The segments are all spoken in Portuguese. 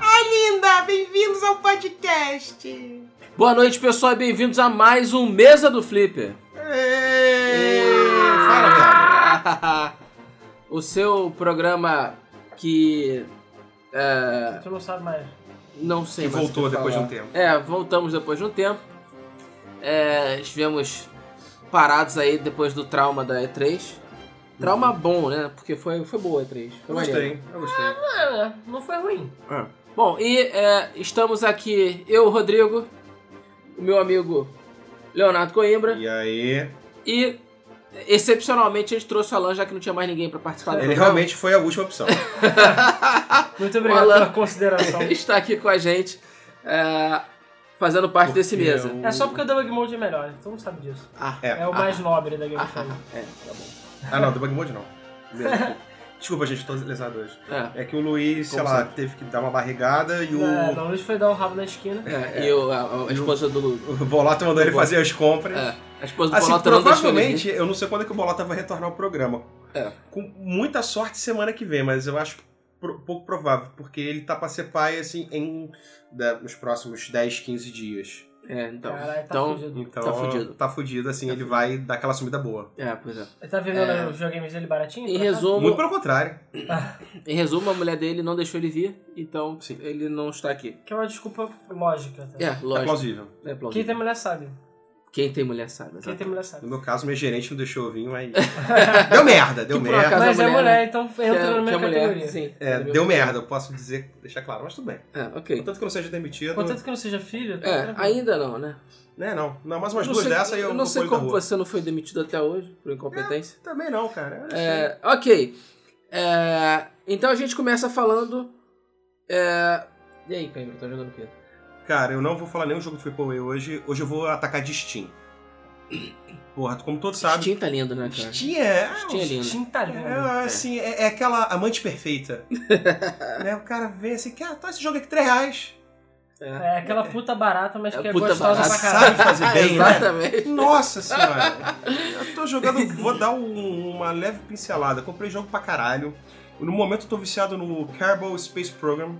Ai, linda! Bem-vindos ao podcast! Boa noite, pessoal, e bem-vindos a mais um Mesa do Flipper. Ah! o seu programa que. é, Tu não sabe mais. não sei Que mais o voltou que depois de um falar. tempo. É, voltamos depois de um tempo. É, estivemos parados aí depois do trauma da E3. Trauma bom, né? Porque foi, foi boa a E3. Foi Eu maneiro. Uhum. gostei, eu gostei. Ah, não foi ruim. É. Bom, e é, estamos aqui, eu, Rodrigo, o meu amigo Leonardo Coimbra, E aí? e excepcionalmente a gente trouxe o Alan, já que não tinha mais ninguém pra participar do Ele programa. realmente foi a última opção. Muito obrigado Olá. pela consideração. está aqui com a gente, é, fazendo parte Porque desse mesa. eu- É só porque o Debug Mode é melhor, todo mundo sabe disso. Ah, É. É o mais nobre da Game Fama. é, tá bom. Ah, não, debug mode não. Beleza. Desculpa, gente, tô lesado hoje. É. É que o Luiz, sei Como lá, sempre. teve que dar uma barrigada e o, É, não, o Luiz foi dar um rabo na esquina. É, E o- a, a esposa do. o Bolota mandou ele Bolota. fazer as compras. É, a esposa do Assim, Bolota não deixou ele vir. provavelmente, eu não sei quando é que o Bolota vai retornar ao programa. É. Com muita sorte semana que vem, mas eu acho pro- pouco provável, porque ele tá pra ser pai, assim, em, da- nos próximos 10, 15 dias. É, então. Caralho, tá então fugido. Então, Tá fudido. Tá fudido, assim, ele vai dar aquela sumida boa. é, pois é. Ele tá vendendo os videogames dele baratinho? Em por acaso? resumo, Muito pelo contrário. tá em resumo, a mulher dele não deixou ele vir, então ele não está aqui. Que é uma desculpa lógica. Tá? É, É lógico. plausível. É Quem plausível. tem mulher sabe. Quem tem mulher sabe. Quem exato. tem mulher No sabe. meu caso, minha gerente não deixou eu vir, mas. deu merda, deu Que por merda. acaso- Mas é é mulher, mulher, né? então entra Que é- na minha que é mulher, categoria. sim. É, deu merda, eu posso dizer, deixar claro, mas tudo bem. É, ok. Contanto que eu não seja demitido. Contanto que não seja filho, tá É, tranquilo. ainda não, né? Não é, não. Não, mais umas Não duas sei- dessas e eu, não sei vou pôr ele como na rua. você não foi demitido até hoje por incompetência. Também não, cara. Eu É, ok. É, então a gente começa falando. é, E aí, Caimiro, tá jogando o quê? sei. Cara, eu não vou falar nenhum jogo de Triple A hoje. Hoje eu vou atacar de Steam. Porra, como todos sabem. Steam tá lindo, né, cara? Steam é. Steam é né? lindo. Tim tá lindo. É, assim, é, é aquela amante perfeita. né? O cara vê assim, cara, tá esse jogo aqui 3 reais. É. É aquela puta barata, mas É que é puta gostosa barata. pra caralho. Sabe fazer bem, né? Exatamente. Nossa senhora! Eu tô jogando, vou dar um- uma leve pincelada. Comprei jogo pra caralho. No momento eu tô viciado no Kerbal Space Program,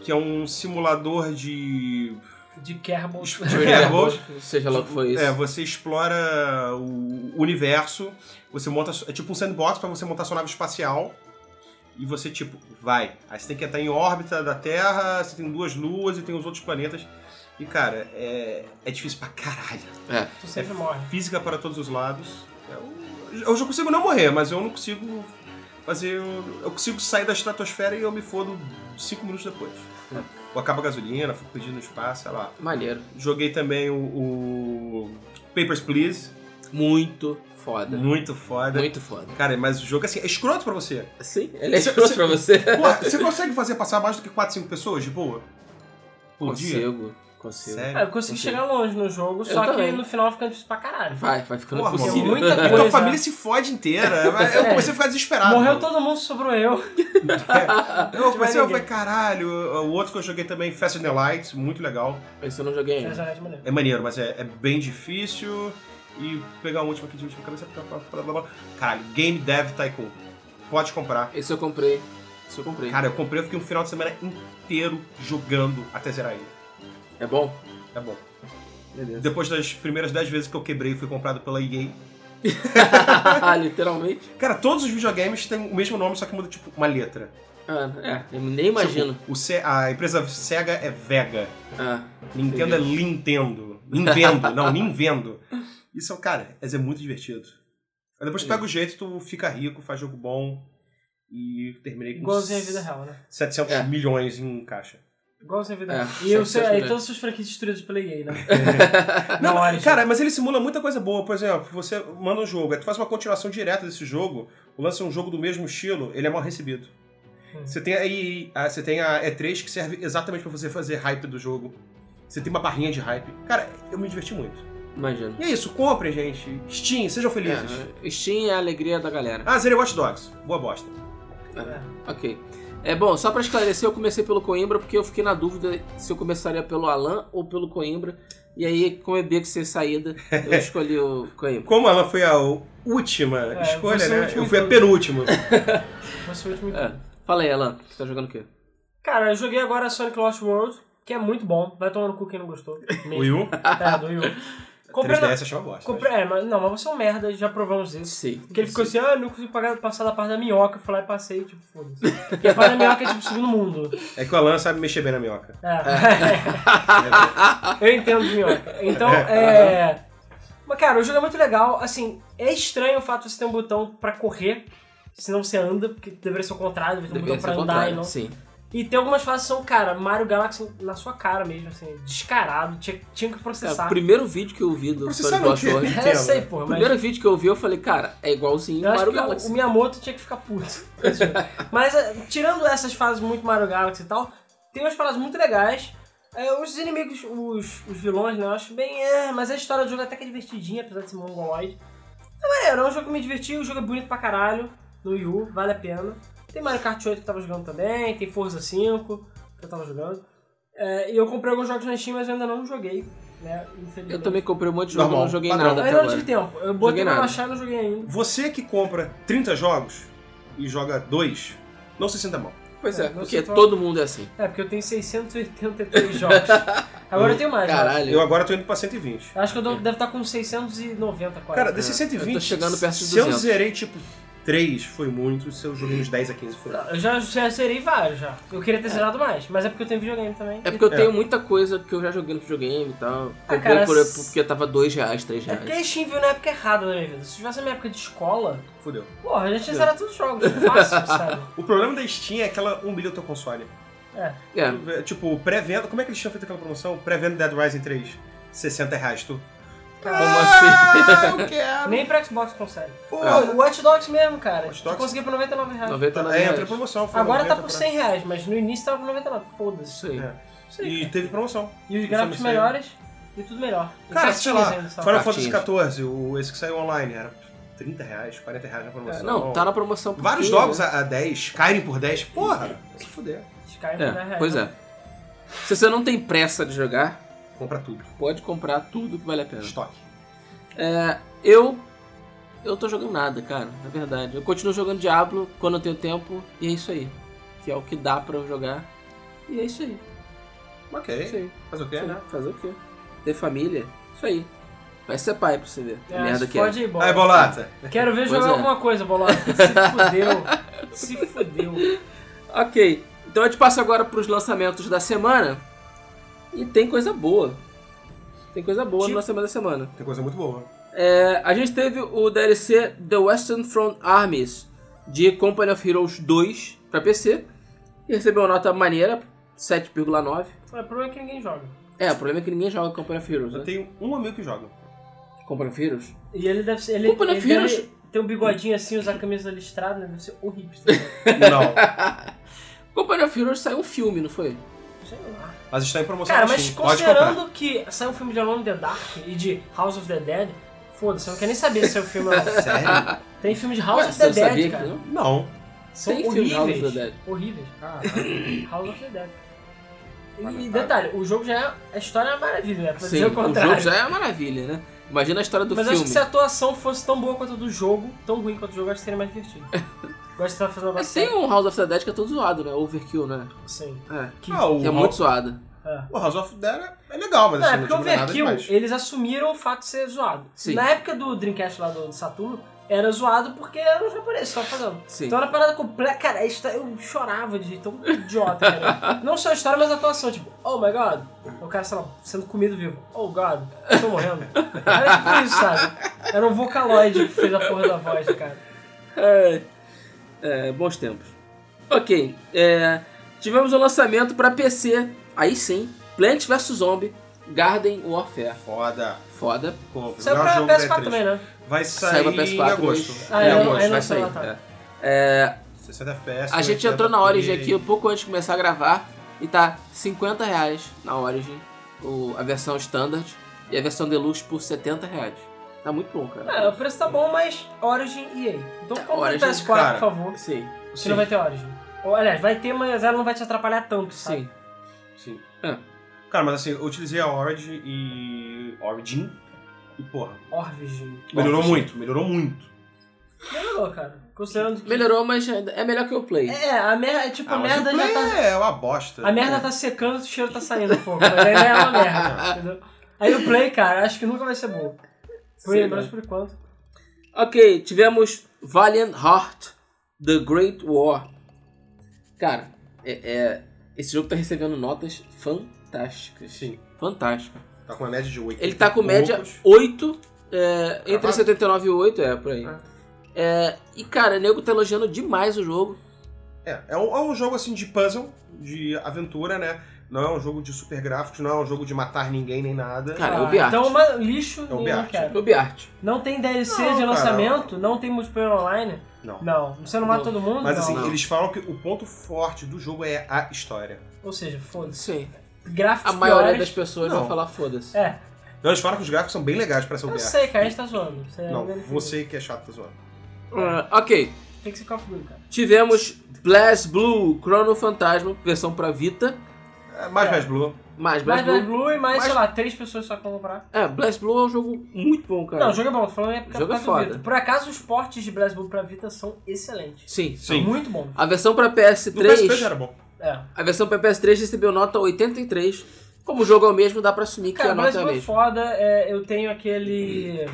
que é um simulador de. De Kerbal. Kerbal. Seja lá o que foi isso. É, você explora o universo, você monta. É tipo um sandbox pra você montar sua nave espacial. E você, tipo, vai. Aí você tem que entrar em órbita da Terra, você tem duas luas e tem os outros planetas. E, cara, é, é difícil pra caralho. Tu sempre morre. física para todos os lados. É um, Eu, eu já consigo não morrer, mas eu não consigo fazer. Eu, eu consigo sair da estratosfera e eu me fodo cinco minutos depois. Ou acaba a gasolina, fico pedindo espaço, sei lá. Maneiro. Joguei também o, o Papers, Please. Muito foda. Muito foda. Muito foda. Cara, mas o jogo assim, é escroto pra você. Sim, ele é Você- escroto você- pra você. Porra, você consegue fazer passar mais do que 4, 5 pessoas de boa? Por dia? Consigo, consigo. Ah, eu Sério? consegui Ok. chegar longe no jogo, só também. que no final fica difícil pra caralho. Vai, vai ficando Porra, possível. mano, muita Então coisa. a família se fode inteira. Eu É. comecei a ficar desesperado. Morreu todo mundo, sobrou eu. Eu comecei a ninguém. ver, caralho. O outro que eu joguei também, Fast in the Lights, muito legal. Esse eu não joguei Mas ainda. é de maneira. É maneiro, mas é, é bem difícil. E pegar um último aqui de última cabeça. blá, blá, blá, blá, blá. Caralho, Game Dev Tycoon. Pode comprar. Esse eu comprei. Esse eu comprei. Cara, eu comprei, eu fiquei um final de semana inteiro jogando até zerar ele. É bom? Tá bom. Beleza. Depois das primeiras 10 vezes que eu quebrei, fui comprado pela EA. Literalmente. Cara, todos os videogames têm o mesmo nome, só que muda tipo uma letra. Ah, é, eu nem imagino. Tipo, o Se- a empresa Sega é Vega. Ah, Nintendo é Nintendo. Nintendo, não, Nintendo. Isso, é o- cara, mas é muito divertido. Aí depois tu pega o jeito, tu fica rico, faz jogo bom. E terminei com Igualzinho a vida real, né? 700 É. milhões em caixa. Igualzinho a vida É, real. E, eu, sete, sei, sete aí milhões. todos os seus franquias destruídos pela EA, né? Não, Na origem. cara, mas ele simula muita coisa boa. Por exemplo, você manda um jogo, aí tu faz uma continuação direta desse jogo, lança um jogo do mesmo estilo, ele é mal recebido. Hum. Você tem aí, a- você tem a E3 que serve exatamente pra você fazer hype do jogo. Você tem uma barrinha de hype. Cara, eu me diverti muito. imagino. E é isso, comprem, gente. Steam, sejam felizes. É, Steam é a alegria da galera. Ah, zerei Watch Dogs. Boa bosta. Ok. É bom, só pra esclarecer, eu comecei pelo Coimbra porque eu fiquei na dúvida se eu começaria pelo Alan ou pelo Coimbra. E aí, como é beco sem saída, eu escolhi o Coimbra. Como ela foi a última escolha, você é o né? último Eu fui a em penúltima. Você é o último. É. Fala aí, Alan, você tá jogando o quê? Cara, eu joguei agora Sonic Lost World, que é muito bom. Vai tomar no cu quem não gostou. o Yu, É, do Wii U. Comprei na- 3DS achou uma bosta. comprei- é, mas, não, mas você é um merda, já provamos isso. Sim. Porque ele ficou assim, ah, eu não consegui pagar- passar da parte da minhoca. Eu fui lá e passei, tipo, foda-se. E a parte da minhoca é tipo segundo mundo. É que o Alan sabe mexer bem na minhoca. É. eu entendo minhoca. Então, é. Mas, cara, o jogo é muito legal. Assim, é estranho o fato de você ter um botão pra correr, senão você anda, porque deveria ser o contrário, deveria ter um Deveria ser botão o pra andar e contrário, não. sim. E tem algumas fases que são, cara, Mario Galaxy na sua cara mesmo, assim, descarado, tinha, tinha que Cara, processar. É, o primeiro vídeo que eu vi do Processar Sonic não Lost tinha. World. É, eu sei, porra, O mas. primeiro vídeo que eu vi, eu falei, cara, é igualzinho Eu acho Mario que o- Galaxy. o Miyamoto tinha que ficar puto. com esse jogo. Mas eh, tirando essas fases muito Mario Galaxy e tal, tem umas paradas muito legais. Eh, os inimigos, os, os vilões, né, eu acho bem... É, mas a história do jogo até que é divertidinha, apesar de ser mongoloide. É maneiro, é um jogo que me divertiu, o jogo é bonito pra caralho, no Wii U, vale a pena. Tem Mario Kart 8 que eu tava jogando também, tem Forza 5 que eu tava jogando. Eh, e eu comprei alguns jogos na Steam, mas eu ainda não joguei, né, infelizmente. Eu também comprei um monte de jogo, Normal, não joguei padrão. nada Eu até ainda não agora. tive tempo, eu botei pra nada. baixar e não joguei ainda. Você que compra 30 jogos e joga dois, não se sinta mal. Pois É, é, não porque se troca. todo mundo é assim. É, porque eu tenho 683 jogos. Agora eu tenho mais. né? Caralho. Eu agora tô indo pra 120. Eu acho que eu dou- devo estar com 690 quase. Cara, desses 120, É, Eu tô chegando perto de se eu 200. zerei tipo 3, foi muito. Se eu joguei uns 10 a 15, Tá. foi Eu já, já serei vários já. Eu queria ter zerado mais, mas é porque eu tenho videogame também. É porque eu É. tenho muita coisa que eu já joguei no videogame e tal. Comprei cara, por, s- porque tava dois reais, três É reais. porque a Steam veio na época errada da minha vida. Se tivesse na minha época de escola, Fudeu. porra, a gente É. ia zerar todos os jogos. Fácil, sabe? O problema da Steam é que ela humilha o teu console. É. É, É, Tipo, pré-venda. Como é que eles tinham feito aquela promoção? Pré-venda Dead Rising 3. 60 reais, tu. como assim? Ah, eu quero. Nem pra Xbox consegue. Pô, É. o Watch Dogs mesmo, cara. Watch Tu Dogs? conseguiu por 99 reais. 99 É, entrou em reais. promoção. Foi Agora tá 90 por pra- 100 reais, mas no início tava por 99. Foda-se. Isso aí. É. Isso aí, E cara. teve promoção. E os Isso gráficos eu não sei. melhores e tudo melhor. Então, é E Cara, sei cartinhas lá, ainda, sabe? Final Cartinhas. Fantasy XIV, o, esse que saiu online, era 30 reais, 40 reais na promoção. É, Não, tá na promoção. porque- Vários jogos né? a, a 10, Skyrim por 10, porra, se fuder. Skyrim não É, real. pois é. Se você não tem pressa de jogar, Compra tudo, pode comprar tudo que vale a pena. estoque. Eu. Eu tô jogando nada, cara, na verdade. Eu continuo jogando Diablo quando eu tenho tempo, e é isso aí. Que é o que dá pra eu jogar. E é isso aí. É isso Ok, aí. faz o quê, né? Fazer o quê? Ter família? Isso aí. Vai ser pai pra você ver. É, Merda que é. Pode ir, bola. Aí, bolata. Quero ver jogar Pois é. alguma coisa, bolota. Se fudeu. Se fudeu. Ok. Então a gente passa agora pros lançamentos da semana. E tem coisa boa. Tem coisa boa Tipo- no lançamento da semana. Tem coisa muito boa. É, a gente teve o DLC The Western Front Armies de Company of Heroes 2 pra PC. E recebeu uma nota maneira, 7,9. O problema é que ninguém joga. É, o problema é que ninguém joga Company of Heroes, Eu né? tenho um amigo que joga. Company of Heroes? E ele deve ser. Ele, Culpa é da ele Fira, deve ter um bigodinho assim, usar a camisa listrada, né? Deve ser o hipster. Não, Company of Heroes saiu um filme, não foi? Sei lá. mas está em promoção Cara, na mas Steam, um pode comprar. considerando que saiu um filme de Alone in the Dark e de House of the Dead, foda-se, eu não quero nem saber se é o filme ou não. Sério? Tem filme de House Ué, of você the não sabia Dead, que cara. não? Não. São Tem filme horríveis. de House of the Dead. Horríveis. Caralho. House of the Dead. E detalhe, o jogo já é. A história é uma maravilha, né? tá. Pra Sim, dizer o o contrário. jogo já é uma maravilha, né? Imagina a história do Mas acho filme. que se a atuação fosse tão boa quanto a do jogo, tão ruim quanto o jogo, acho que seria mais divertido. Gosto de estar fazendo uma Mas tem um House of the Dead que é todo zoado, né? Overkill, né? Sim. É. Que- Ah, o, Que é muito House, zoado. É. o House of Dead é- é legal, mas Não, assim, é porque o não digo nada Overkill, demais. eles assumiram o fato de ser zoado. Sim. Na época do Dreamcast lá do Saturno, era zoado porque era os japoneses que estavam fazendo. Sim. Então era uma parada completa. Cara, a histó- eu chorava de tão idiota, cara. Não só a história, mas a atuação. Tipo, oh my god. O cara, sei lá, sendo comido vivo. Oh god, eu tô morrendo. Era tipo isso, sabe? Era um vocaloid que fez a porra da voz, cara. É, é, bons tempos. Ok, é, tivemos um lançamento pra PC, aí sim, Plant vs Zombie Garden Warfare. Foda. Foda. Compre. Saiu Melhor pra é jogo da PS4 E3. também, né? Vai Saiu sair pra em PS4. agosto. mas- Ah, em é, não- agosto. aí não vai sair. saiu, tá. é. É, 60 FPS. a gente 80 entrou na Origin e- aqui um pouco antes de começar a gravar e tá 50 reais na Origin, o- a versão standard e a versão deluxe por 70 reais. Tá muito bom, É, cara. o preço tá bom, mas Origin e EA. Então compra o Origin, PS4, cara. por favor. Sim, Você não vai ter Origin. Ou, aliás, vai ter, mas ela não vai te Ah. atrapalhar tanto, sabe? sim. Sim. É. Cara, mas assim, eu utilizei a Origin e Ori- Origin. E, porra, Orvigin. melhorou Origin. muito, melhorou muito. Melhorou, cara. Considerando que. Melhorou, mas ainda- é melhor que o Play. É, a merda. é Tipo, a Ah, mas merda o já play tá. é uma bosta. A merda tá secando, o cheiro tá saindo um pouco. Mas ainda é uma merda, entendeu? Aí o play, cara, acho que nunca vai ser bom. Por, Sei mas né? lá. por enquanto. né? Ok, tivemos Valiant Heart, The Great War. Cara, é- é- esse jogo tá recebendo notas fantásticas. Sim. Fantástica. Tá com uma média de 8. Ele tá com média 8, é, entre Cravado. 79 e 8, é, por aí. É. É, e cara, o nego tá elogiando demais o jogo. É, é um, é um jogo assim de puzzle, de aventura, né? Não é um jogo de super gráficos, não é um jogo de matar ninguém nem nada. Cara, é o Ah, Beat. Então, uma lixo É o eu não Beat. quero. Tobiarte. Não tem DLC Não, de cara. lançamento, não tem multiplayer online. Não. Não. Você não mata Não. todo mundo? Mas não. assim, não. eles falam que o ponto forte do jogo é a história. Ou seja, foda-se. Sim. Gráficos A maioria das piores. pessoas Não. vai falar foda-se. É, Não, eles falam que os gráficos são bem legais pra ser o eu BR. sei, cara, a gente tá zoando. Você Não, é- você que é chato, tá zoando. Ah, ok, Tem que ser Call of Duty, cara. tivemos Blast Blue, Chrono Fantasma, versão pra Vita. É, mais É. Red Blue. Mais Mais Blast Blue, Blue. Blue e mais, mas- sei lá, três pessoas só comprar. É, Blast Blue é um jogo muito bom, cara. Não, o jogo é bom, tô falando é porque O jogo por é causa do foda. Vita. Por acaso, os portes de Blast Blue pra Vita são excelentes. Sim. Sim. Muito bom. A versão pra No PSP já PS3, era bom. É. a versão pra PS3 recebeu nota 83. Como o jogo é o mesmo, dá pra assumir que Cara, a Blast nota é a Blue é mesma. foda, é, eu tenho aquele.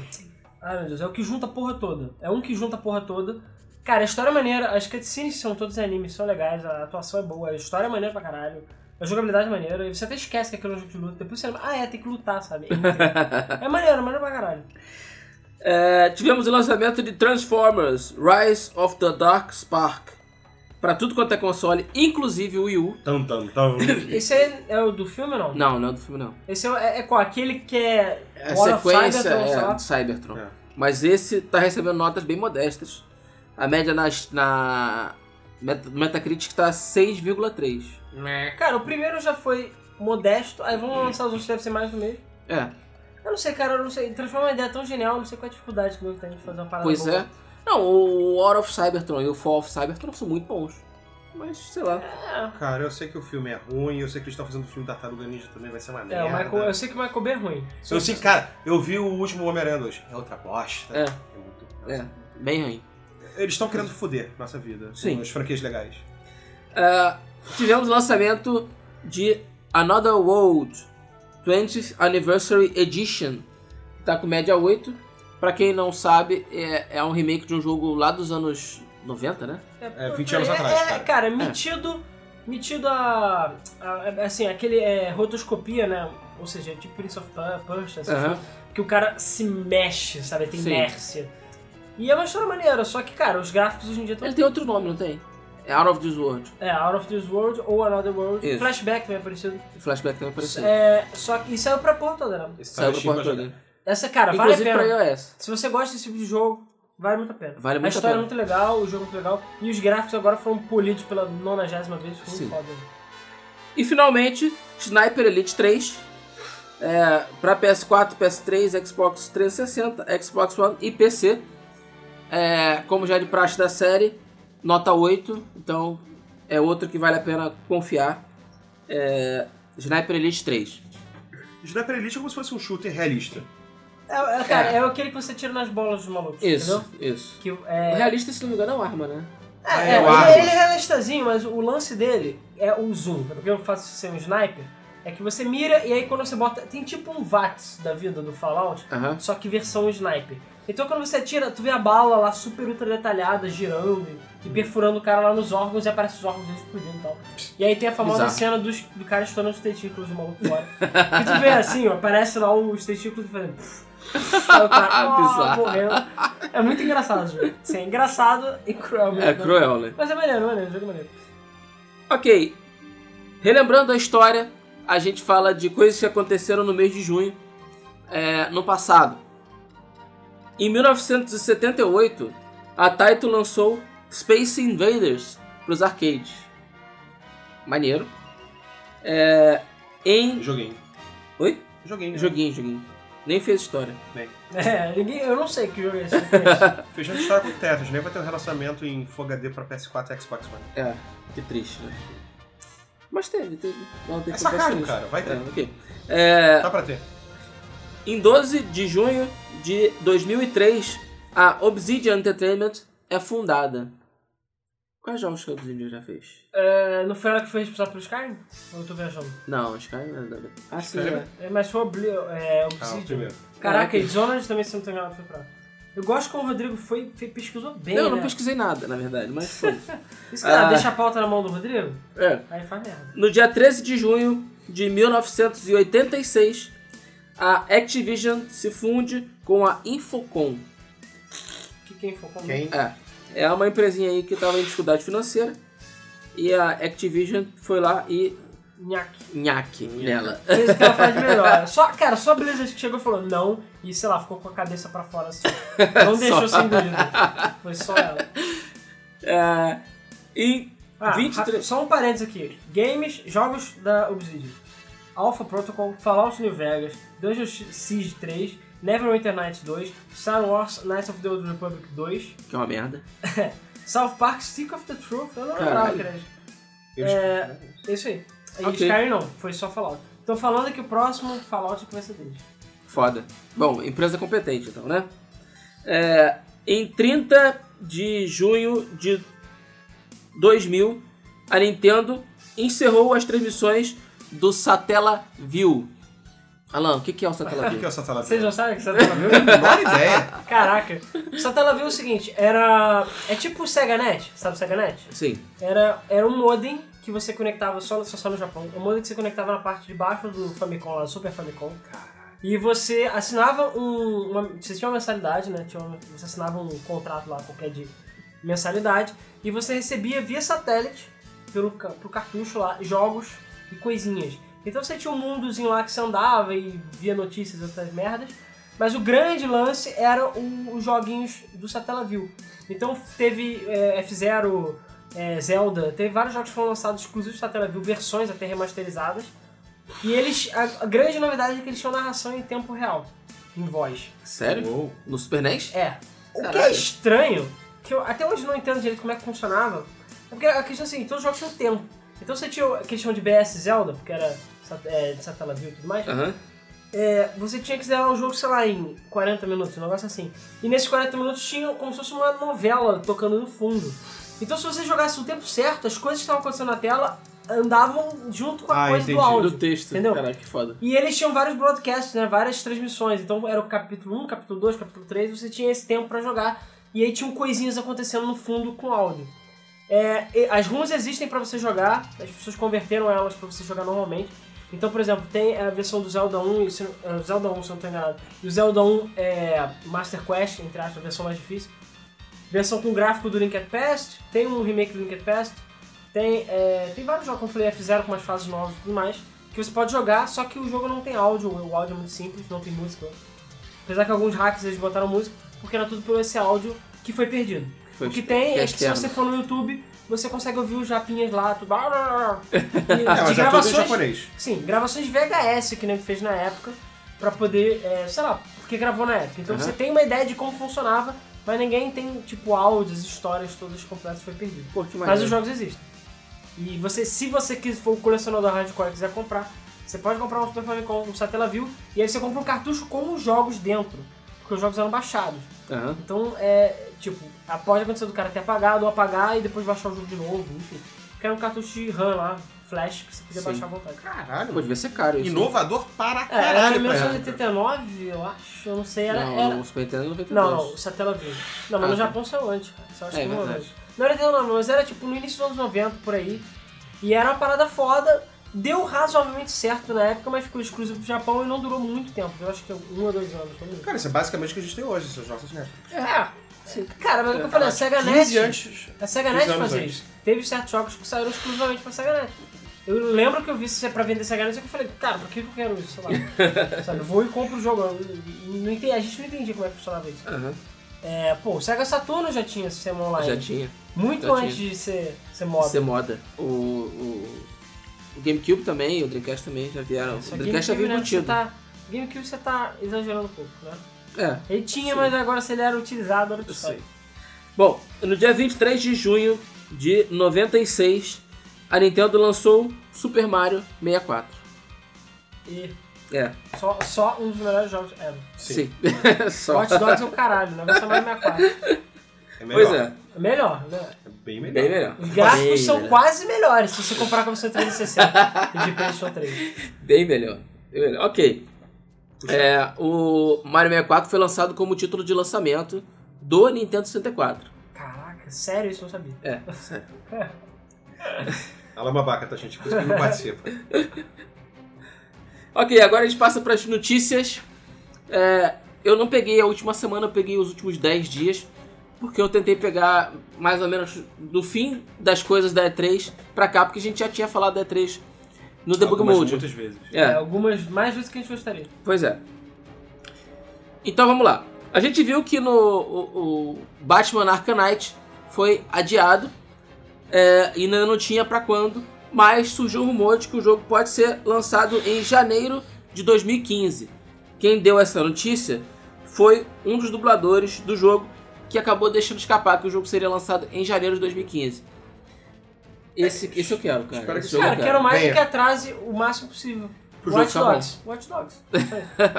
Ai meu Deus, é o que junta a porra toda. É um que junta a porra toda. Cara, a história é maneira, as cutscenes são todas em anime, são legais, a atuação é boa, a história é maneira pra caralho, a jogabilidade é maneira, e você até esquece que aquilo é um jogo de luta, depois você lembra, ah é, tem que lutar, sabe? É maneiro, é maneiro pra caralho. É, tivemos o lançamento de Transformers Rise of the Dark Spark. Pra tudo quanto é console, inclusive o Wii U. Tam, tam, tam. Esse aí é o do filme ou não? Não, não é do filme não. Esse é, é qual? Aquele que é. É a War of sequência Cybertron, sei é, lá. do Cybertron. É. Mas esse tá recebendo notas bem modestas. A média nas- na Meta- Metacritic tá 6,3. Cara, o primeiro já foi modesto, aí vamos lançar os outros, deve ser mais do mesmo. É, Eu não sei, cara, eu não sei. Transforma uma ideia tão genial, eu não sei qual é a dificuldade que o nego tem de fazer uma parada. pois boa. é. Não, o War of Cybertron e o Fall of Cybertron são muito bons. Mas, sei lá. Cara, eu sei que o filme é ruim, eu sei que eles estão fazendo o filme da Tartaruga Ninja também, vai ser uma É, merda. o Michael, eu sei que o Michael Bay é ruim. Eu sei, cara, eu vi o último Homem-Aranha 2. É outra bosta. É. muito- É, bem ruim. Eles estão querendo foder nossa vida. Sim. Com as franquias legais. Ah, tivemos o lançamento de Another World 20th Anniversary Edition, que tá com média 8. Pra quem não sabe, é, é um remake de um jogo lá dos anos 90, né? É, 20 anos é, atrás, É, cara. cara, metido. Metido a, a- Assim, aquele é, rotoscopia, né? Ou seja, tipo Prince of Pur- Persia, essas Aham. que o cara se mexe, sabe? Tem Sim. inércia. E é uma história maneira, só que, cara, os gráficos hoje em dia estão. Ele tem outro nome, não tem? É Out of This World. É, Out of This World ou Another World. Isso. Flashback também é parecido. O flashback um também apareceu. É, só que isso é pra porra toda, né? Esse Saiu cara pro é chique, porto mas- toda. Essa, cara, vale a Inclusive pena. pra iOS. Se você gosta desse tipo de jogo, vale muito a pena. Vale muito a a história é pena. muito legal, o jogo é muito legal. E os gráficos agora foram polidos pela 90 vez, ficou Sim. muito foda. E finalmente, Sniper Elite 3. É, para PS4, PS3, Xbox 360, Xbox One e PC. É, como já é de praxe da série, nota 8. Então é outro que vale a pena confiar. É, Sniper Elite 3. Sniper Elite é como se fosse um shooter realista. É, é, cara, é. aquele que você tira nas bolas dos malucos, Isso, entendeu? isso. Que, é, Realista, se não me engano, é uma arma, né? é, é, é, o ele- arco. ele, é realistazinho, mas o lance dele é o zoom. Porque eu faço isso ser um sniper, é que você mira e aí quando você bota... Tem tipo um VATS da vida do Fallout, Aham. só que versão sniper. Então quando você atira, tu vê a bala lá super ultra detalhada, girando e perfurando o cara lá nos órgãos e aparece os órgãos dele explodindo e tal. E aí tem a famosa Bizarro. cena dos, do cara estourando os testículos do maluco fora. E tu vê assim, ó, aparece lá os testículos fazendo. Aí o cara, "Ah, Bizarro. morreu. É muito engraçado, gente. Sim, é engraçado e cruel mesmo. É cruel, né? Mas é maneiro, maneiro, jogo maneiro. Ok. Relembrando a história, a gente fala de coisas que aconteceram no mês de junho é, no passado. Em 1978, a Taito lançou Space Invaders para os arcades. Maneiro. É, em. Joguinho. Oi? Joguinho. Joguinho, joguinho. Nem fez história. É, ninguém, eu não sei que jogo é esse. eu conheço. Fechando história com o Tetris, nem vai ter um relançamento em Full HD pra PS4 e Xbox One. É, que triste, né? Mas teve, teve. Não, teve É sacanagem, cara, compensações. vai Tá ter. É, ok. É, Dá pra ter. Em 12 de junho de 2003, a Obsidian Entertainment é fundada. Quais jogos que a Obsidian já fez? É, não foi ela que foi responsável pelo Skyrim? Ou eu tô viajando? Não, acho que ainda. Ah, sim, Skyrim. é. É, mas foi Obli é, Ah, o Obsidian. primeiro. Caraca, e Jonas também, se não tem nada, foi pra lá. Eu gosto como o Rodrigo foi, foi- pesquisou bem, Não, eu né? não pesquisei nada, na verdade, mas foi. Isso, cara, Ah. deixa a pauta na mão do Rodrigo, é. aí faz merda. No dia 13 de junho de 1986, a Activision se funde com a Infocom. Que quem for comigo... Quem? É, é uma empresinha aí que estava em dificuldade financeira e a Activision foi lá e Nhaque. nhaque nela. Fez o que ela faz de melhor. Só, cara, só a Blizzard que chegou e falou não, e sei lá, ficou com a cabeça pra fora assim. Não deixou Só. ser engolida. Foi só ela. É, e Ah, 23. ra- Só um parênteses aqui. Games, jogos da Obsidian. Alpha Protocol, Fallout New Vegas, Dungeon Siege 3, Neverwinter Nights 2, Star Wars Knights of the Old Republic 2, que é uma merda. South Park Stick of the Truth, eu não Caralho. lembrava que era isso. Eu É, é isso aí. E Ok. Skyrim não, foi só Fallout. Tô falando que o próximo Fallout que vai ser deles. Foda. Bom, empresa competente então, né? É, em 30 de junho de 2000, a Nintendo encerrou as transmissões do Satellaview. Alan, o que que é o O que Satellaview? é o Satanás? Vocês não sabem o que Satela viu? Menor ideia. Caraca. Satela viu é o seguinte, era... É tipo o Sega Net, sabe o Sega Net? Sim. Era, era um modem que você conectava só, só, só no Japão. Um modem que você conectava na parte de baixo do Famicom, lá, do Super Famicom. E você assinava um. Uma, você tinha uma mensalidade, né? Tinha uma- você assinava um contrato lá qualquer de mensalidade. E você recebia via satélite, pelo, ca- pro cartucho lá, jogos e coisinhas. Então você tinha um mundozinho lá que você andava e via notícias e outras merdas. Mas o grande lance era o- os joguinhos do Satellaview. Então teve é, F-Zero, é, Zelda, teve vários jogos que foram lançados exclusivos do Satellaview, versões até remasterizadas. E eles. A, a grande novidade é que eles tinham narração em tempo real, em voz. Sério? Uou. No Super NES? É. O que é Caralho. estranho, que eu até hoje não entendo direito como é que funcionava, é porque a questão é assim, todos os jogos tinham tempo. Então você tinha a questão de BS Zelda, porque era sat- é, de Satellaview e tudo mais, Aham. é, você tinha que zerar o jogo, sei lá, em 40 minutos, um negócio assim. E nesses 40 minutos tinha como se fosse uma novela tocando no fundo. Então se você jogasse o tempo certo, as coisas que estavam acontecendo na tela andavam junto com a Ah, coisa entendi. do áudio. Do texto. Entendeu? Caraca, que foda. E eles tinham vários broadcasts, né? Várias transmissões. Então era o capítulo 1, capítulo 2, capítulo 3, você tinha esse tempo pra jogar. E aí tinham coisinhas acontecendo no fundo com áudio. É, e as ruas existem pra você jogar, as pessoas converteram elas pra você jogar normalmente. Então, por exemplo, tem a versão do Zelda 1, e se- é, o Zelda 1, se eu não tô enganado, e o Zelda 1 é Master Quest, entre aspas, a versão mais difícil. Versão com gráfico do Linked Past, tem um remake do Linked Past, tem, é, tem vários jogos, como eu falei, F0 com umas fases novas e tudo mais, que você pode jogar, só que o jogo não tem áudio, o áudio é muito simples, não tem música. Apesar que alguns hacks eles botaram música, porque era tudo por esse áudio que foi perdido. Foi o que tem é que se externo. você for no YouTube, você consegue ouvir os japinhas lá, tudo. É, E, de mas é tudo em gravações, japonês. Sim, gravações VHS que nem fez na época, pra poder, é, sei lá, porque gravou na época. Então Aham. você tem uma ideia de como funcionava, mas ninguém tem, tipo, áudios, histórias todas completas, foi perdido. Pô, que Mas maneiro. os jogos existem. E você, se você quis- for colecionador hardcore e quiser comprar, você pode comprar um Super Famicom, um Satellaview, e aí você compra um cartucho com os jogos dentro, porque os jogos eram baixados. Aham. Então, é, tipo, a- pode acontecer do cara ter apagado ou apagar e depois baixar o jogo de novo, enfim. Porque era um cartucho de RAM lá, flash, que você podia Sim. baixar à vontade. Pô, Caralho. devia ser caro isso. Inovador para É, era caralho. em pra- 1989, eu acho, eu não sei, era... não, era- o Super Nintendo é Não, 92. não, o Satellaview. Não, mas Ah, no tá. Japão saiu antes, cara. Só acho É, que não verdade. antes. Não era 89, mas era tipo no início dos anos 90, por aí. E era uma parada foda. Deu razoavelmente certo na época, mas ficou exclusivo pro Japão e não durou muito tempo. Eu acho que um ou dois anos. pelo menos. Cara, isso é basicamente o que a gente tem hoje, esses jogos né? É, cara, mas é o que eu falei, a Sega 15 Net... antes. A Sega 15 Net anos fazia antes. isso. Teve certos jogos que saíram exclusivamente pra Sega Net. Eu lembro que eu vi isso pra vender Sega Net e eu falei, cara, por que que eu quero isso? Sei lá. Sabe, eu vou e compro o jogo. Eu- eu- eu não entendi- a gente não entendia como é que funcionava isso. Aham, É, pô, o Sega Saturno já tinha sistema online. já tinha. Muito já antes de ser, ser moda. Ser moda. O, o, o GameCube também, o Dreamcast também já vieram. Só o que Dreamcast já GameCube, veio né, você embutido. tá, GameCube você tá exagerando um pouco, né? É. Ele tinha, Sim. mas agora se ele era utilizado, era outra Eu sei. história. Bom, no dia 23 de junho de 96, a Nintendo lançou Super Mario 64. E É, Só, só um dos melhores jogos ever. sim. Só. Hot Dogs é o caralho, não vai ser mais minha quarta. É Pois melhor. é, É melhor, né? é. Bem melhor. bem melhor. Os gráficos Bem são melhor. quase melhores se você comparar com o seu 360 e de PlayStation 3. Bem melhor. Bem melhor. Ok. É, o Mario 64 foi lançado como título de lançamento do Nintendo 64. Caraca, sério, isso eu não sabia. É. Ela é uma babaca, tá, gente? Por isso que não participa. Ok, agora a gente passa para as notícias. É, eu não peguei a última semana, eu peguei os últimos 10 dias, porque eu tentei pegar mais ou menos do fim das coisas da E3 pra cá, porque a gente já tinha falado da E3 no Debug Algumas- Mode. Muitas vezes. É. Algumas mais vezes que a gente gostaria. Pois é. Então vamos lá. A gente viu que no o, o Batman Arkham Knight foi adiado é, e ainda não tinha pra quando, mas surgiu o rumor de que o jogo pode ser lançado em janeiro de 2015. Quem deu essa notícia foi um dos dubladores do jogo que acabou deixando escapar que o jogo seria lançado em janeiro de 2015. Esse, esse eu quero, cara. Espero que Esse sim. jogo eu Cara, quero mais Venha. que atrase o máximo possível. Pro jogo Watch ficar bom. Dogs. Watch Dogs.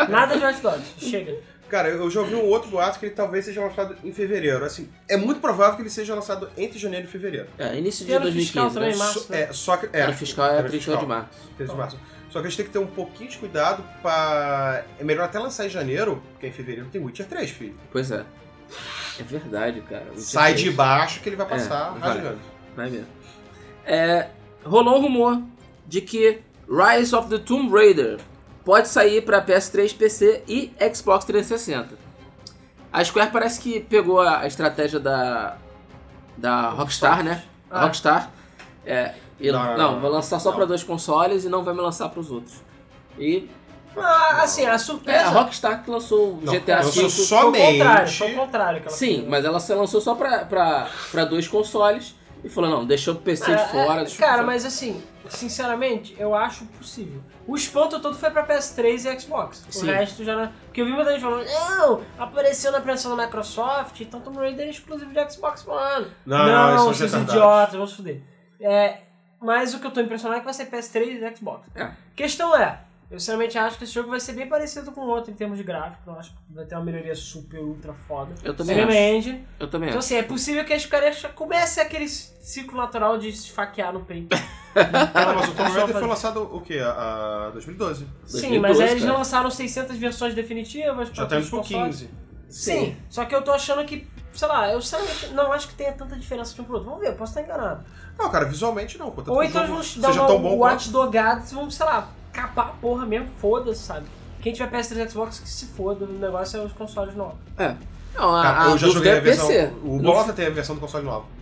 Nada de Watch Dogs. Chega. Cara, eu já ouvi um outro boato que ele talvez seja lançado em fevereiro. Assim, é muito provável que ele seja lançado entre janeiro e fevereiro. É, início de Tem ano fiscal 2015. também, né? Março, Só- né? é, só que. Ano É, fiscal é Ano 31 de fiscal. março. 13 de março. Só que a gente tem que ter um pouquinho de cuidado pra. É melhor até lançar em janeiro, porque em fevereiro tem Witcher 3, filho. Pois é. É verdade, cara. O Sai Witcher de três. baixo que ele vai É, passar vai. rasgando. Vai mesmo. É, rolou um rumor de que Rise of the Tomb Raider pode sair pra PS3, PC e Xbox 360. A Square parece que pegou a a estratégia da, da Rockstar, né? A Ah. Rockstar. É, e- Não, não, não, não, vai lançar só não. pra dois consoles e não vai me lançar pros outros. E Ah, assim, a é, a surpresa. Rockstar que lançou o Não, GTA lançou V. só Foi o contrário, somente- foi o contrário. que ela Sim, fez. mas ela se lançou só pra, pra, pra dois consoles e falou, não, deixou o PC Ah, de fora. é, deixou cara, o console. mas assim, sinceramente, eu acho possível. O espanto todo foi pra PS3 e Xbox. Sim. O resto já não. é- Porque eu vi muita gente falando, não, apareceu na apresentação da Microsoft, então Tomb Raider é exclusivo de Xbox One. Não, não, isso é vocês retardado. idiotas, vamos se fuder. É, mas o que eu tô impressionado é que vai ser PS3 e Xbox. É. Questão é, eu sinceramente acho que esse jogo vai ser bem parecido com o outro em termos de gráfico. Eu acho que vai ter uma melhoria super, ultra foda. Eu também Mesma acho. engine. Eu também Então acho. assim, é possível que as caras comece aquele ciclo natural de se faquear no peito. Então, Cara, Ah, mas o Tomb só Raider fazer- foi lançado o quê? A, a 2012. Sim, mas aí 2012, eles cara. lançaram 600 versões definitivas pra Já tá todos indo os pro consoles. 15. Sim. só que eu tô achando que, sei lá, eu sinceramente não acho que tenha tanta diferença de um pro outro. Vamos ver, eu posso estar enganado. Não, cara, visualmente não. Contanto Ou que o então jogo eles vão seja dar tão uma bom watch dogada e vão, sei lá, capar a porra mesmo, foda-se, sabe? Quem tiver PS3 e Xbox que se foda, o negócio é os consoles novos. É. Não, a, Cara, a Tá, Ah, eu já dúvida joguei é a versão. PC. O Não- Bolota tem a versão do console nova.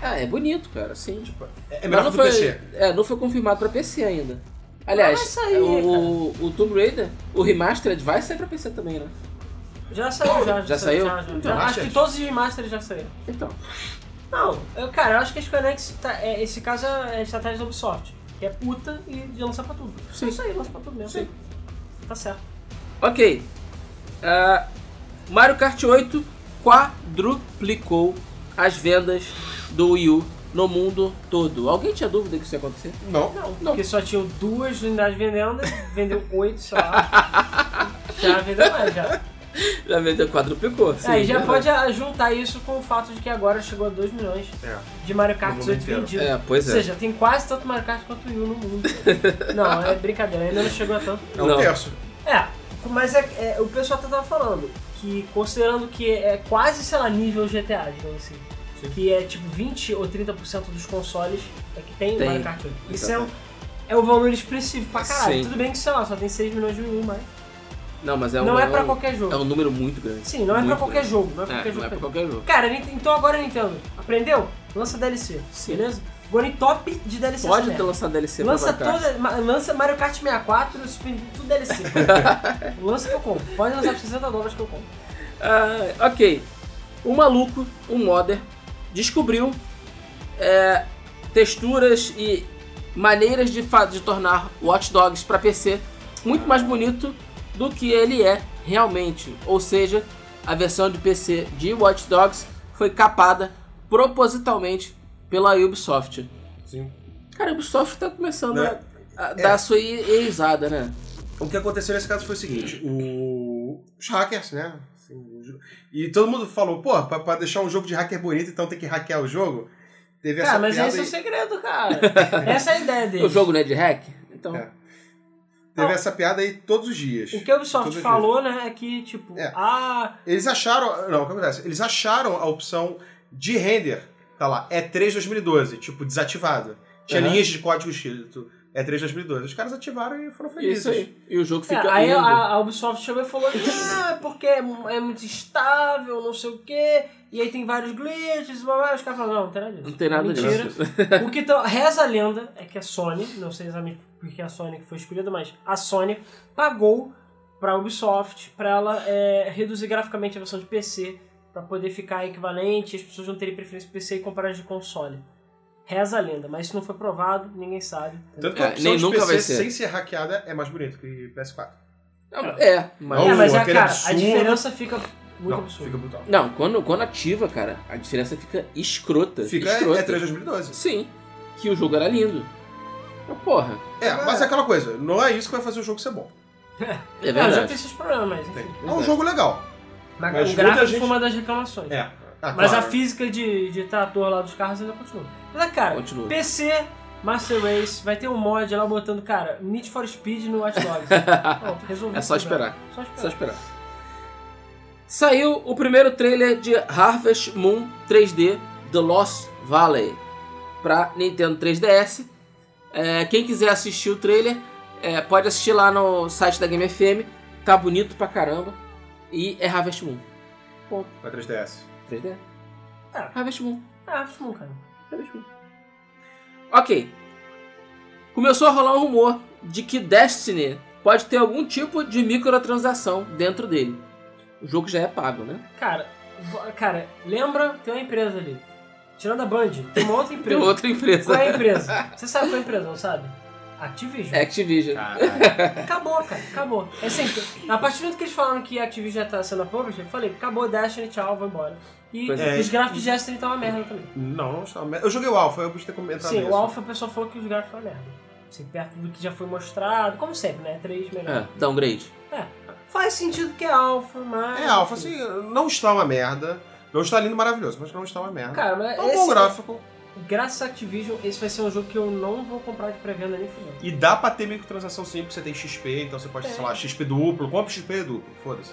Ah, é bonito, cara, sim. É Mas melhor que não o do foi, PC. É, não foi confirmado pra PC ainda. Aliás, Mas vai sair, o, o Tomb Raider, o Remastered, vai sair pra PC também, né? Já saiu, já. Já saiu? saiu? Já, já. Então, Já- acho acha? que todos os remasters já saíram. Então, Não, eu, cara, eu acho que a Square Enix, tá- é, esse caso é a estratégia da Ubisoft, que é puta e de lançar pra tudo. Sim. É isso aí, lança pra tudo mesmo. Sim. Tá certo. ok. Ah, Mario Kart 8 quadruplicou as vendas do Wii U no mundo todo. Alguém tinha dúvida que isso ia acontecer? Não. Não, porque só tinham duas unidades vendendo, vendeu oito, sei lá. já vendeu mais, já. Já vendeu quadruplicou. sim, aí já verdade. pode ah, juntar isso com o fato de que agora chegou a 2 milhões É. de Mario Kart No mundo 18 inteiro. vendidos. É, pois Ou é. seja, tem quase tanto Mario Kart quanto o Wii U no mundo. não, é brincadeira, ainda não chegou a tanto. É um Não. terço. É, mas é, é, o pessoal até tava falando que considerando que é quase, sei lá, nível GTA, digamos assim. Que é tipo 20 ou 30% dos consoles é que tem, Tem. Mario Kart 8. Isso é um, Exatamente. é um valor expressivo pra caralho. Sim. Tudo bem que, sei lá, só tem 6 milhões de Wii U, mas. Não, mas é um, não é pra um- qualquer jogo. É um número muito grande. Sim, não é pra Muito qualquer grande. jogo. Não é pra É, qualquer não é pra jogo. qualquer jogo. Cara, Nint- então agora Nintendo, aprendeu? Lança DLC, Sim. beleza? Agora em top de DLC. essa Pode ter merda. lançado DLC Lança, pra Mario Kart. toda, ma- lança Mario Kart 64, Super Nintendo, tudo DLC. lança que eu compro. Pode lançar por 60 dólares que eu compro. Ah, ok. Um maluco, um modder, descobriu é, texturas e maneiras de, fa- de tornar Watch Dogs pra PC muito mais bonito do que ele é realmente. Ou seja, a versão de PC de Watch Dogs foi capada propositalmente pela Ubisoft. Sim. Cara, a Ubisoft tá começando Né? a, a dar a sua i- eizada, né? o que aconteceu nesse caso foi o seguinte: o- os hackers, né? assim, os- E todo mundo falou, pô, pra, pra deixar um jogo de hacker bonito, então tem que hackear o jogo. Teve Cara, essa mas piada esse é o aí. segredo, cara. Essa é a ideia dele. O jogo não é de hack? Então. É. Teve essa piada aí todos os dias. O que a Ubisoft Todos falou, né, é que, tipo, É. ah, Eles acharam. Não, o que acontece? Eles acharam a opção de render. Tá lá, E3 2012, tipo, desativado. Tinha Aham. linhas de código escrito. E3 2012. Os caras ativaram e foram felizes. é Isso aí. E o jogo é, fica aí lindo. a, a Ubisoft chegou e falou, não, é porque é, mu- é muito estável, não sei o quê, e aí tem vários glitches, blá, blá. os caras falaram, não, não tem nada disso. É Não tem nada Mentira. disso. O que tão- reza a lenda é que a Sony, não sei exatamente porque a Sony que foi escolhida, mas a Sony pagou pra Ubisoft pra ela é, reduzir graficamente a versão de PC pra poder ficar equivalente, as pessoas não terem preferência de PC e comparar as de console. Reza a lenda, mas isso não foi provado, ninguém sabe. Tanto que a É, opção nem de nunca PC vai ser. sem ser hackeada é mais bonito que PS4. É, mas. Não, é, mas é, aquele cara, a absurdo. diferença fica muito Não, absurda. fica brutal. Não, quando, quando ativa, cara, a diferença fica escrota. Fica escrota. E3 2012. Sim. Que o jogo era lindo. Mas, porra, É, mas é aquela coisa, não é isso que vai fazer o jogo ser bom. é É, eu verdade. já tenho esses problemas, mas enfim. É um jogo legal. Mas Mas o muita gráfico gente- foi uma das reclamações. É. Ah, Mas claro. a física de, de trator lá dos carros ainda continua. Mas, é, cara, Continua. PC, Master Race, vai ter um mod lá botando, cara, Need for Speed no Watch Dogs. Pronto, resolvi É só o problema. esperar. Só Só esperar. esperar. Saiu o primeiro trailer de Harvest Moon 3D The Lost Valley para Nintendo 3DS. É, quem quiser assistir o trailer é, pode assistir lá no site da Game FM. Tá bonito pra caramba. E é Harvest Moon. Pra 3DS. 3D? Ah. Harvest Moon. Ah, acho bom, cara. Harvest Moon. Ok. Começou a rolar um rumor de que Destiny pode ter algum tipo de microtransação dentro dele. O jogo já é pago, né? Cara, vo- cara, lembra, tem uma empresa ali. Tirando a Band, tem uma outra Tem empresa. outra empresa. Qual é a empresa? Você sabe qual é a empresa, não sabe? Activision. é? Activision. Caralho. Acabou, cara, acabou. É sempre. A partir do momento que eles falaram que a Activision já tá sendo a publisher, eu falei, acabou Destiny, tchau, vou embora. E Pois é. os gráficos de Destiny estão uma merda também. não, não está. Eu joguei o Alpha, eu podia ter comentado Sim, isso. o Alpha o pessoal falou que os gráficos foram merda. Assim, perto do que já foi mostrado, como sempre, né? Três melhor. É, downgrade. Faz sentido que é Alpha, mas. É, Alpha, assim, não está uma merda. Não está lindo, maravilhoso, mas não está uma merda. Cara, mas é um esse, bom gráfico. graças a Activision, esse vai ser um jogo que eu não vou comprar de pré-venda nem fudendo. E dá pra ter microtransação sim, porque você tem XP, então você pode, É. sei lá, XP duplo, compra XP duplo, foda-se.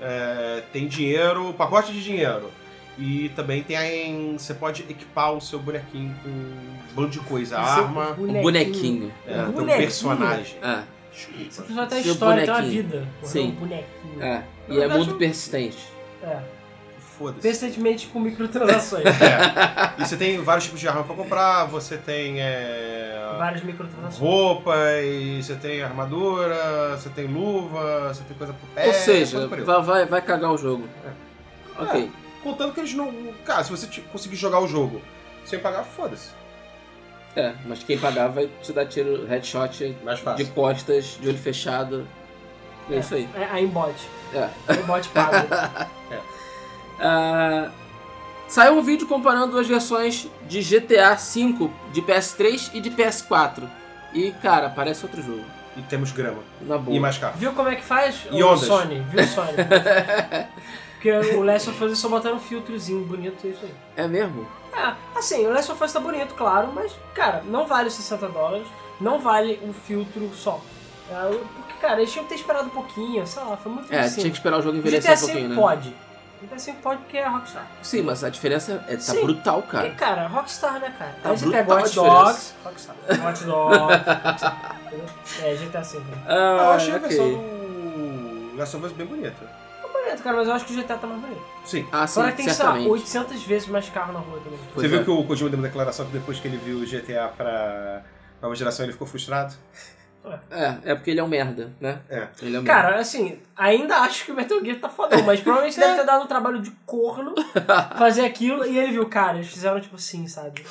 É, tem dinheiro, pacote de dinheiro. E também tem. Você pode equipar o seu bonequinho com um bando de coisa, Seu arma, Um bonequinho. é, tem um bonequinho? personagem. É, Essa Desculpa. pessoa tem uma Seu história, tem uma bonequinho. vida. Porra, Sim. Um bonequinho. é. Na E é verdade, muito eu- persistente. É. Foda-se. Recentemente com microtransações. É. E você tem vários tipos de arma pra comprar, você tem. é, Várias microtransações. roupas, você tem armadura, você tem luva, você tem coisa pro pé. Ou seja, coisa pra ele. vai, vai, vai cagar o jogo. É. Ok. contando que eles não. Cara, se você te- conseguir jogar o jogo sem pagar, foda-se. É, mas quem pagar vai te dar tiro headshot Mais de costas, de olho fechado. É, isso aí. É, a Embot. É. A Embot paga. Ah, saiu um vídeo comparando as versões de GTA V de PS3 e de PS4. E, cara, parece outro jogo. E temos grama. Na boa. E mais caro. Viu como é que faz? E o ondas? Sony. Viu o Sony? como é que faz? Porque o Last of Us só botaram um filtrozinho bonito e isso aí. É mesmo? Ah, assim, o Last of Us tá bonito, claro, mas, cara, não vale os 60 dólares, não vale um filtro só. É, eu- Porque, cara, eles tinham que ter esperado um pouquinho, sei lá, foi muito É, assim. tinha que esperar o jogo envelhecer GTA um pouquinho, V né? assim, pode. GTA V pode porque é Rockstar. Sim, mas a diferença é, tá Sim. brutal, cara. Porque, cara, Rockstar, né, cara? Tá Aí você brutal pega a Watch Dogs, Rockstar, Watch Dogs, entendeu? É, GTA V. né? Ah, eu achei a ok. versão do Last of Us bem bonita. É Bonito, cara, mas eu acho que o GTA tá mais bonito. Sim. Ah, sim, Agora tem, sei lá, certamente. 800 vezes mais carro na rua também. Pois você viu é. que o Kojima deu uma declaração que depois que ele viu o GTA pra nova geração ele ficou frustrado? É, é porque ele é um merda, né? É. Ele é um Cara, assim, ainda acho que o Metal Gear tá fodão, mas provavelmente Né? deve ter dado um trabalho de corno fazer aquilo. E ele viu, cara, eles fizeram tipo assim, sabe?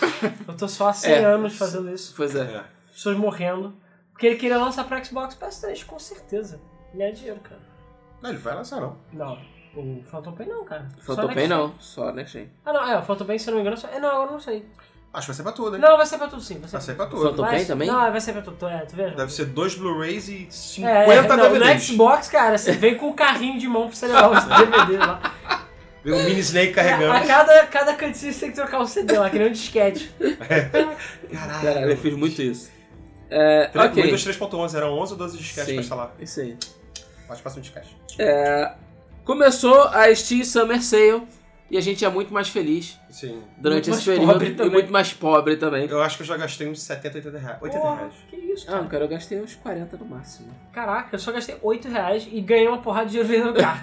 Eu tô só há 100 É. anos fazendo isso, merda. Pois é. pessoas morrendo. Porque ele queria lançar pra Xbox e PS3, com certeza. Ganhar dinheiro, cara. Não, ele vai lançar não. Não, o Phantom Pain não, cara. Só Phantom na Pain Xbox. não, só next gen. Ah, não, é, o Phantom Pain, se eu não me engano, só... É, não, agora eu não sei. Acho que vai ser pra tudo, hein? Não, vai ser pra tudo sim. Vai ser, Vai ser pra tudo. Phantom Vai- Pain também? Não, vai ser pra tudo. É, tu veja. Deve ser dois Blu-rays e É, 50 é, não, no DVDs. Xbox, cara, você vem com o carrinho de mão pra você levar os DVDs lá. Vem um mini Snake É, A carregando. cada, cada cutscene você tem que trocar o CD lá, que nem um disquete. Ah, Caralho, eu fiz muito isso. É, Tre- ok. Windows 3.11, eram 11 ou 12 disquetes Sim. pra instalar. Isso aí. Mas passa um disquete. Começou a Steam Summer Sale e a gente é muito mais feliz Sim. durante Muito esse mais período pobre e também. muito mais pobre também. Eu acho que eu já gastei uns 70, 80 reais. 80 Porra, reais. que isso, Ah, cara. cara, eu gastei uns 40 no máximo. Caraca, eu só gastei 8 reais e ganhei uma porrada de dinheiro vendendo carro.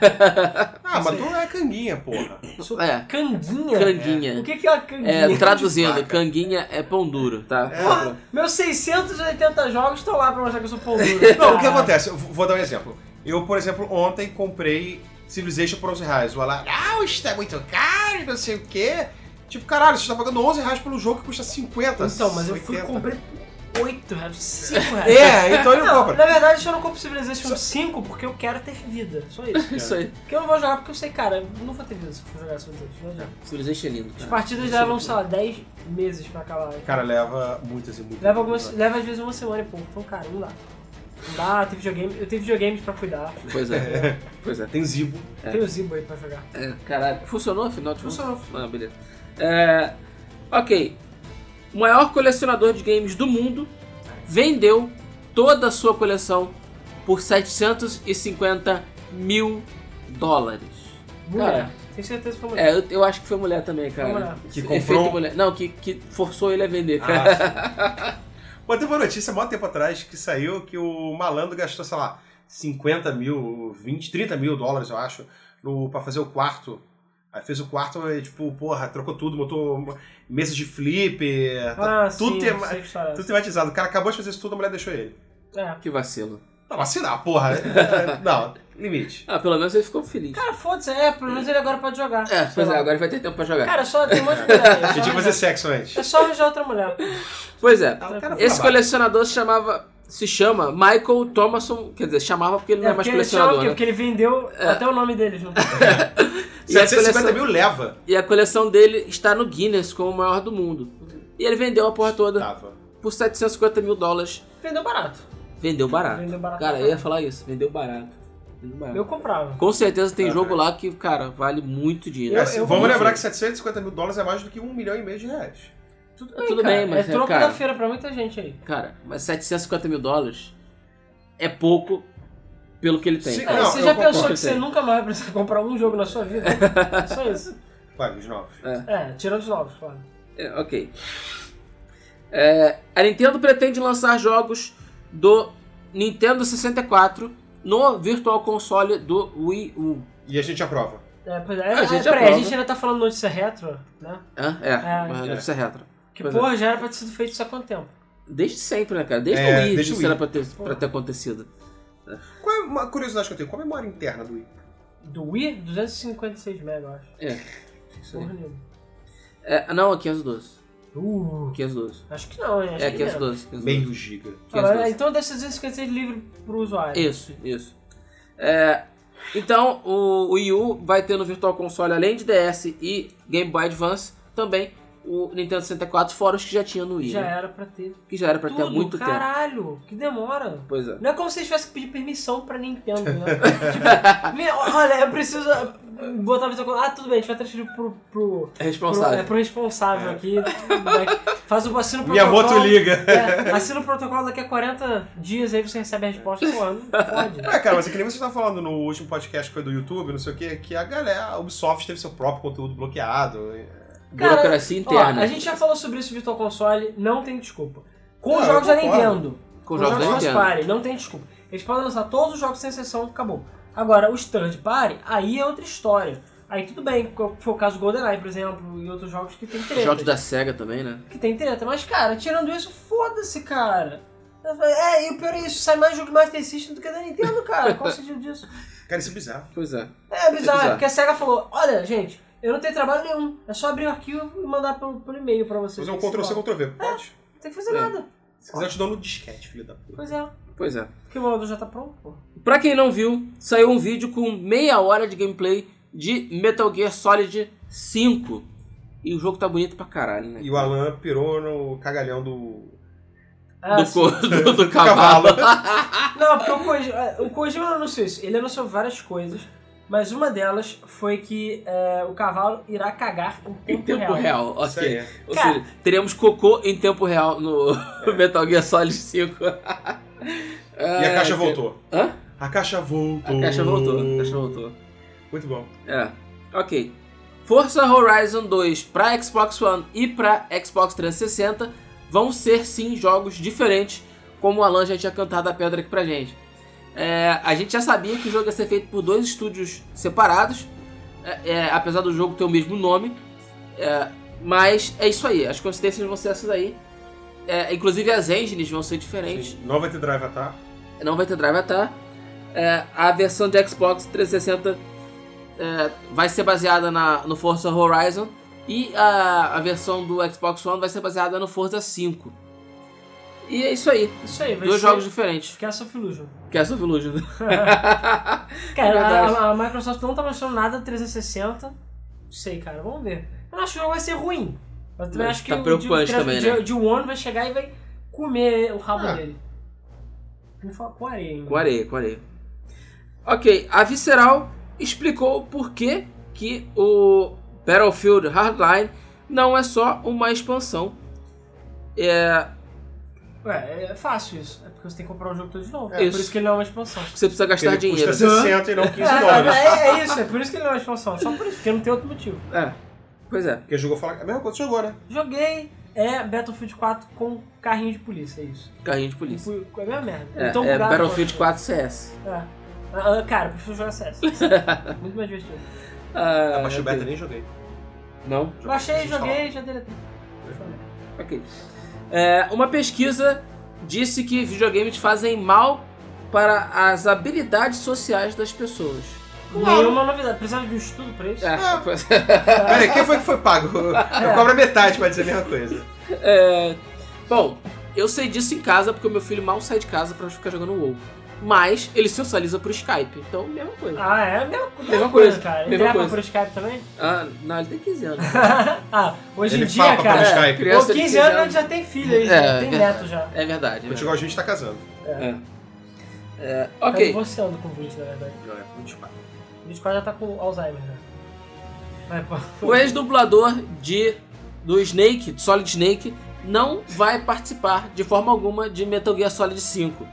Ah, mas tu é canguinha, porra. Sou É, canguinha? O canguinha. que que é uma É, canguinha? traduzindo, vaca. canguinha é pão duro, tá? Porra, meus 680 jogos estão lá pra mostrar que eu sou pão duro. Não, o que Caralho. acontece? Eu vou dar um exemplo. Eu, por exemplo, ontem comprei Civilization por 11 reais. O Alan, ah, isso tá muito caro e não sei o quê. Tipo, caralho, você tá pagando 11 reais pelo jogo que custa 50. Então, mas eu fui 80. comprar 8 reais, 5 reais. É, então ele Não, compra. na verdade, eu só não compro Civilization 5 porque eu quero ter vida. Só isso. Isso aí. Porque eu não vou jogar porque eu sei, cara, eu não vou ter vida se eu for jogar Civilization. Não adianta. Civilization é lindo, cara. As partidas Civilization levam, é sei lá, 10 meses pra acabar. né? Cara, leva muitas e muitas. Leva, algumas, leva às vezes uma semana e pouco. Então, cara, não dá. Não dá, tem videogame. Eu tenho videogames pra cuidar. lindo. Pois é. pois é. Tem Zibo. Tem o Zibo aí pra jogar. É, Caralho. Funcionou afinal de contas? Funcionou. Ah, beleza. É, ok. O maior colecionador de games do mundo vendeu toda a sua coleção por 750 mil dólares. Mulher. Tenho certeza que foi mulher. É, eu, eu acho que foi mulher também, cara. Vamos lá. Que Efeito comprou- um- mulher. Não, que, que forçou ele a vender, cara. Ah, sim. Mas teve uma notícia há maior tempo atrás que saiu que o malandro gastou, sei lá, 50 mil, 20, 30 mil dólares, eu acho, no, pra fazer o quarto. Aí fez o quarto e, tipo, porra, trocou tudo, botou uma- mesa de flipper, tá Ah, tudo, sim, tema- eu sei que história é tudo tematizado. O cara acabou de fazer isso tudo, a mulher deixou ele. Tá, essa. É. Que vacilo. Não, assinar, porra. É, não, limite. Ah, pelo menos ele ficou feliz. Cara, foda-se, é, pelo menos ele agora pode jogar. É, Sei pois é, lá. agora vai ter tempo pra jogar. Cara, só tem um monte de mulher. aí, A gente é tinha só que fazer arranjar- sexo antes. É só arranjar outra mulher. Pois é. Ah, o tá cara foi Esse babaca. colecionador se chamava. Se chama Michael Thomason. Quer dizer, chamava porque ele não é, mais porque ele chama o colecionador. quê? né? Porque ele vendeu até o nome deles, não E a 750 coleção- mil leva. né? E a coleção dele está no Guinness como o maior do mundo. E ele vendeu a porra Tá. toda Tava. por 750 mil dólares. Vendeu barato. Vendeu barato. Vendeu barato. Cara, é eu ia falar isso. Vendeu barato. Vendeu barato. Eu comprava. Com certeza tem Ah, jogo lá que, cara, vale muito dinheiro. É Eu- assim, eu- vamos eu- lembrar que 750 mil dólares é mais do que um milhão e meio de reais. Tudo Tudo cara. bem, mas É é, troco cara. da feira pra muita gente aí. Cara, mas 750 mil dólares é pouco pelo que ele tem. É, Sim, Cara, Não, você eu já concordo. pensou que você nunca mais vai precisar comprar um jogo na sua vida? Só isso. Vai, os novos. É, tirando os novos, claro. É, ok. É, a Nintendo pretende lançar jogos do Nintendo 64 no Virtual Console do Wii U. E a gente aprova. É, pois é, A é, gente peraí, aprova. a gente ainda tá falando notícia retro, né? Hã? É, É. uma notícia retro. Que Pois é. porra, já era pra ter sido feito isso há quanto tempo? Desde sempre, né, cara? Desde É, o Wii desde isso o Wii. era pra ter, pra ter acontecido. Qual é uma curiosidade que eu tenho? Qual é a memória interna do Wii? Do Wii? 256 mega, eu acho. É. Isso aí. Porra nenhuma. É, não, é 512. Uh, 512. acho que não, hein? Acho É, que não. 512. 512. Meio giga. 512. Ah, então deve ser 256 livre pro usuário. Isso, isso. É, então, o Wii U vai ter no Virtual Console, além de DS e Game Boy Advance, também o Nintendo 64, fora os que já tinha no Wii, Já né? era pra ter que já era pra ter há tudo, muito tempo. caralho, que demora. Pois é. Não é como se vocês tivessem que pedir permissão pra Nintendo, né? tipo, "Me- olha, eu preciso botar a vida... Ah, tudo bem, a gente vai transferir pro... pro É pro, é responsável. pro responsável aqui. né? Faz o assino Minha moto liga. É, assina o protocolo daqui a 40 dias, aí você recebe a resposta. Pô, não pode. É, cara, mas é que nem você estava falando no último podcast que foi do YouTube, não sei o quê, que a galera, a Ubisoft teve seu próprio conteúdo bloqueado. Burocracia Ó, interna. a gente já falou sobre isso no Virtual Console, não tem desculpa. Com Não, os eu jogos da concordo. Nintendo. Com jogos da first Nintendo. party, não tem desculpa. Eles podem lançar todos os jogos sem exceção, acabou. Agora, os third party, aí é outra história. Aí tudo bem, co- foi o caso do GoldenEye, por exemplo, e outros jogos que tem treta. Jogos da SEGA também, né? Que tem treta, mas cara, tirando isso, foda-se, cara. É, e o pior é isso, sai mais jogo de Master System do que da Nintendo, cara. Qual o sentido disso? Cara, isso é bizarro. Pois é. É bizarro, bizarro. porque a SEGA falou, olha, gente, eu não tenho trabalho nenhum. É só abrir o arquivo e mandar pelo, pelo e-mail pra vocês. Fazer um Ctrl-C, Ctrl-V. Pode. Não tem que fazer É. nada. Se quiser, eu te dou no disquete, filho da puta. Pois é. Pois é. Porque o emulador já tá pronto, pô. Pra quem não viu, saiu um vídeo com meia hora de gameplay de Metal Gear Solid 5. E o jogo tá bonito pra caralho, né? E o Alan pirou no cagalhão do. Ah, do, sim. co- do, do cavalo. Não, porque o Kojima, é, o Kojima não anunciou isso. Ele anunciou várias coisas, mas uma delas foi que é, o cavalo irá cagar em tempo, em tempo real. real, Isso ok. aí. Ou Cara- seja, teremos cocô em tempo real no Metal Gear Solid 5. É. E a caixa voltou. Hã? A caixa voltou. Ah, A caixa voltou, a caixa voltou. Muito bom. É, ok. Forza Horizon 2 pra Xbox One e pra Xbox 360 vão ser sim jogos diferentes, como o Alan já tinha cantado a pedra aqui pra gente. É, a gente já sabia que o jogo ia ser feito por dois estúdios separados, é, é, apesar do jogo ter o mesmo nome. É, mas é isso aí, as consistências vão ser essas aí. É, inclusive as engines vão ser diferentes. Sim. Não vai ter drive atar. Não vai ter Drive Atar. É, a versão de Xbox 360 é, vai ser baseada na, no Forza Horizon. E a, a versão do Xbox One vai ser baseada no Forza 5. E é isso aí. Isso aí, vai Dois ser... jogos diferentes. Esquece of Illusion. Cast of Illusion. Cara, Verdade. a, a Microsoft não tá mostrando nada 360. Não sei, cara, vamos ver. Eu não acho que o jogo vai ser ruim. Eu também Mas acho que tá o preocupante de, de- também, de, né? de One vai chegar e vai comer o rabo Ah. dele. Não fala com areia ainda. com areia, com areia. é, Ok, a Visceral explicou por que, que o Battlefield Hardline não é só uma expansão. Ué, é fácil isso. É porque você tem que comprar o jogo todo de novo. É, É, isso. por isso que ele não é uma expansão. que Você precisa gastar ele dinheiro. custa 60 e não 15 dólares. É, é, é isso, é por isso que ele não é uma expansão. Só por isso, porque não tem outro motivo. É, pois é. Porque jogou fala. A mesma coisa que jogou, né? Joguei, é Battlefield 4 com carrinho de polícia, é isso. Carrinho de polícia. É a mesma merda. É, Então, é bugado, Battlefield pô. 4 CS. É. Ah, ah, Cara, eu prefiro jogar CS. sério. Muito mais divertido. Ah, Abaixo o ok. beta né? nem joguei. Não? Baixei, Vocês falam. joguei, já deletei. Ok. É, uma pesquisa disse que videogames fazem mal para as habilidades sociais das pessoas. Claro. Nenhuma novidade. Precisava de um estudo pra isso? É, Ah. pois- Peraí, quem foi que foi pago? Eu cobro a metade pra dizer a mesma coisa. é, bom, eu sei disso em casa porque o meu filho mal sai de casa para ficar jogando WoW. Mas ele socializa por Skype, então mesma coisa. Ah, é a mesma, Mesma mesma coisa, coisa, cara. mesma Ele grava coisa. por Skype também? Ah, não, ele tem 15 anos. É, ah, hoje Ele em dia, fala pra cara. Skype. Ou criança de 15 anos ele já tem filho, ele É, já tem é. neto já. É verdade. é Contigo a verdade. gente tá casando. É, Tá ok. divorciando com 20, na verdade. Não, é 24. O 24 já tá com Alzheimer, né? Vai, pô. O ex-dublador de do Snake, do Solid Snake, não vai participar de forma alguma de Metal Gear Solid 5.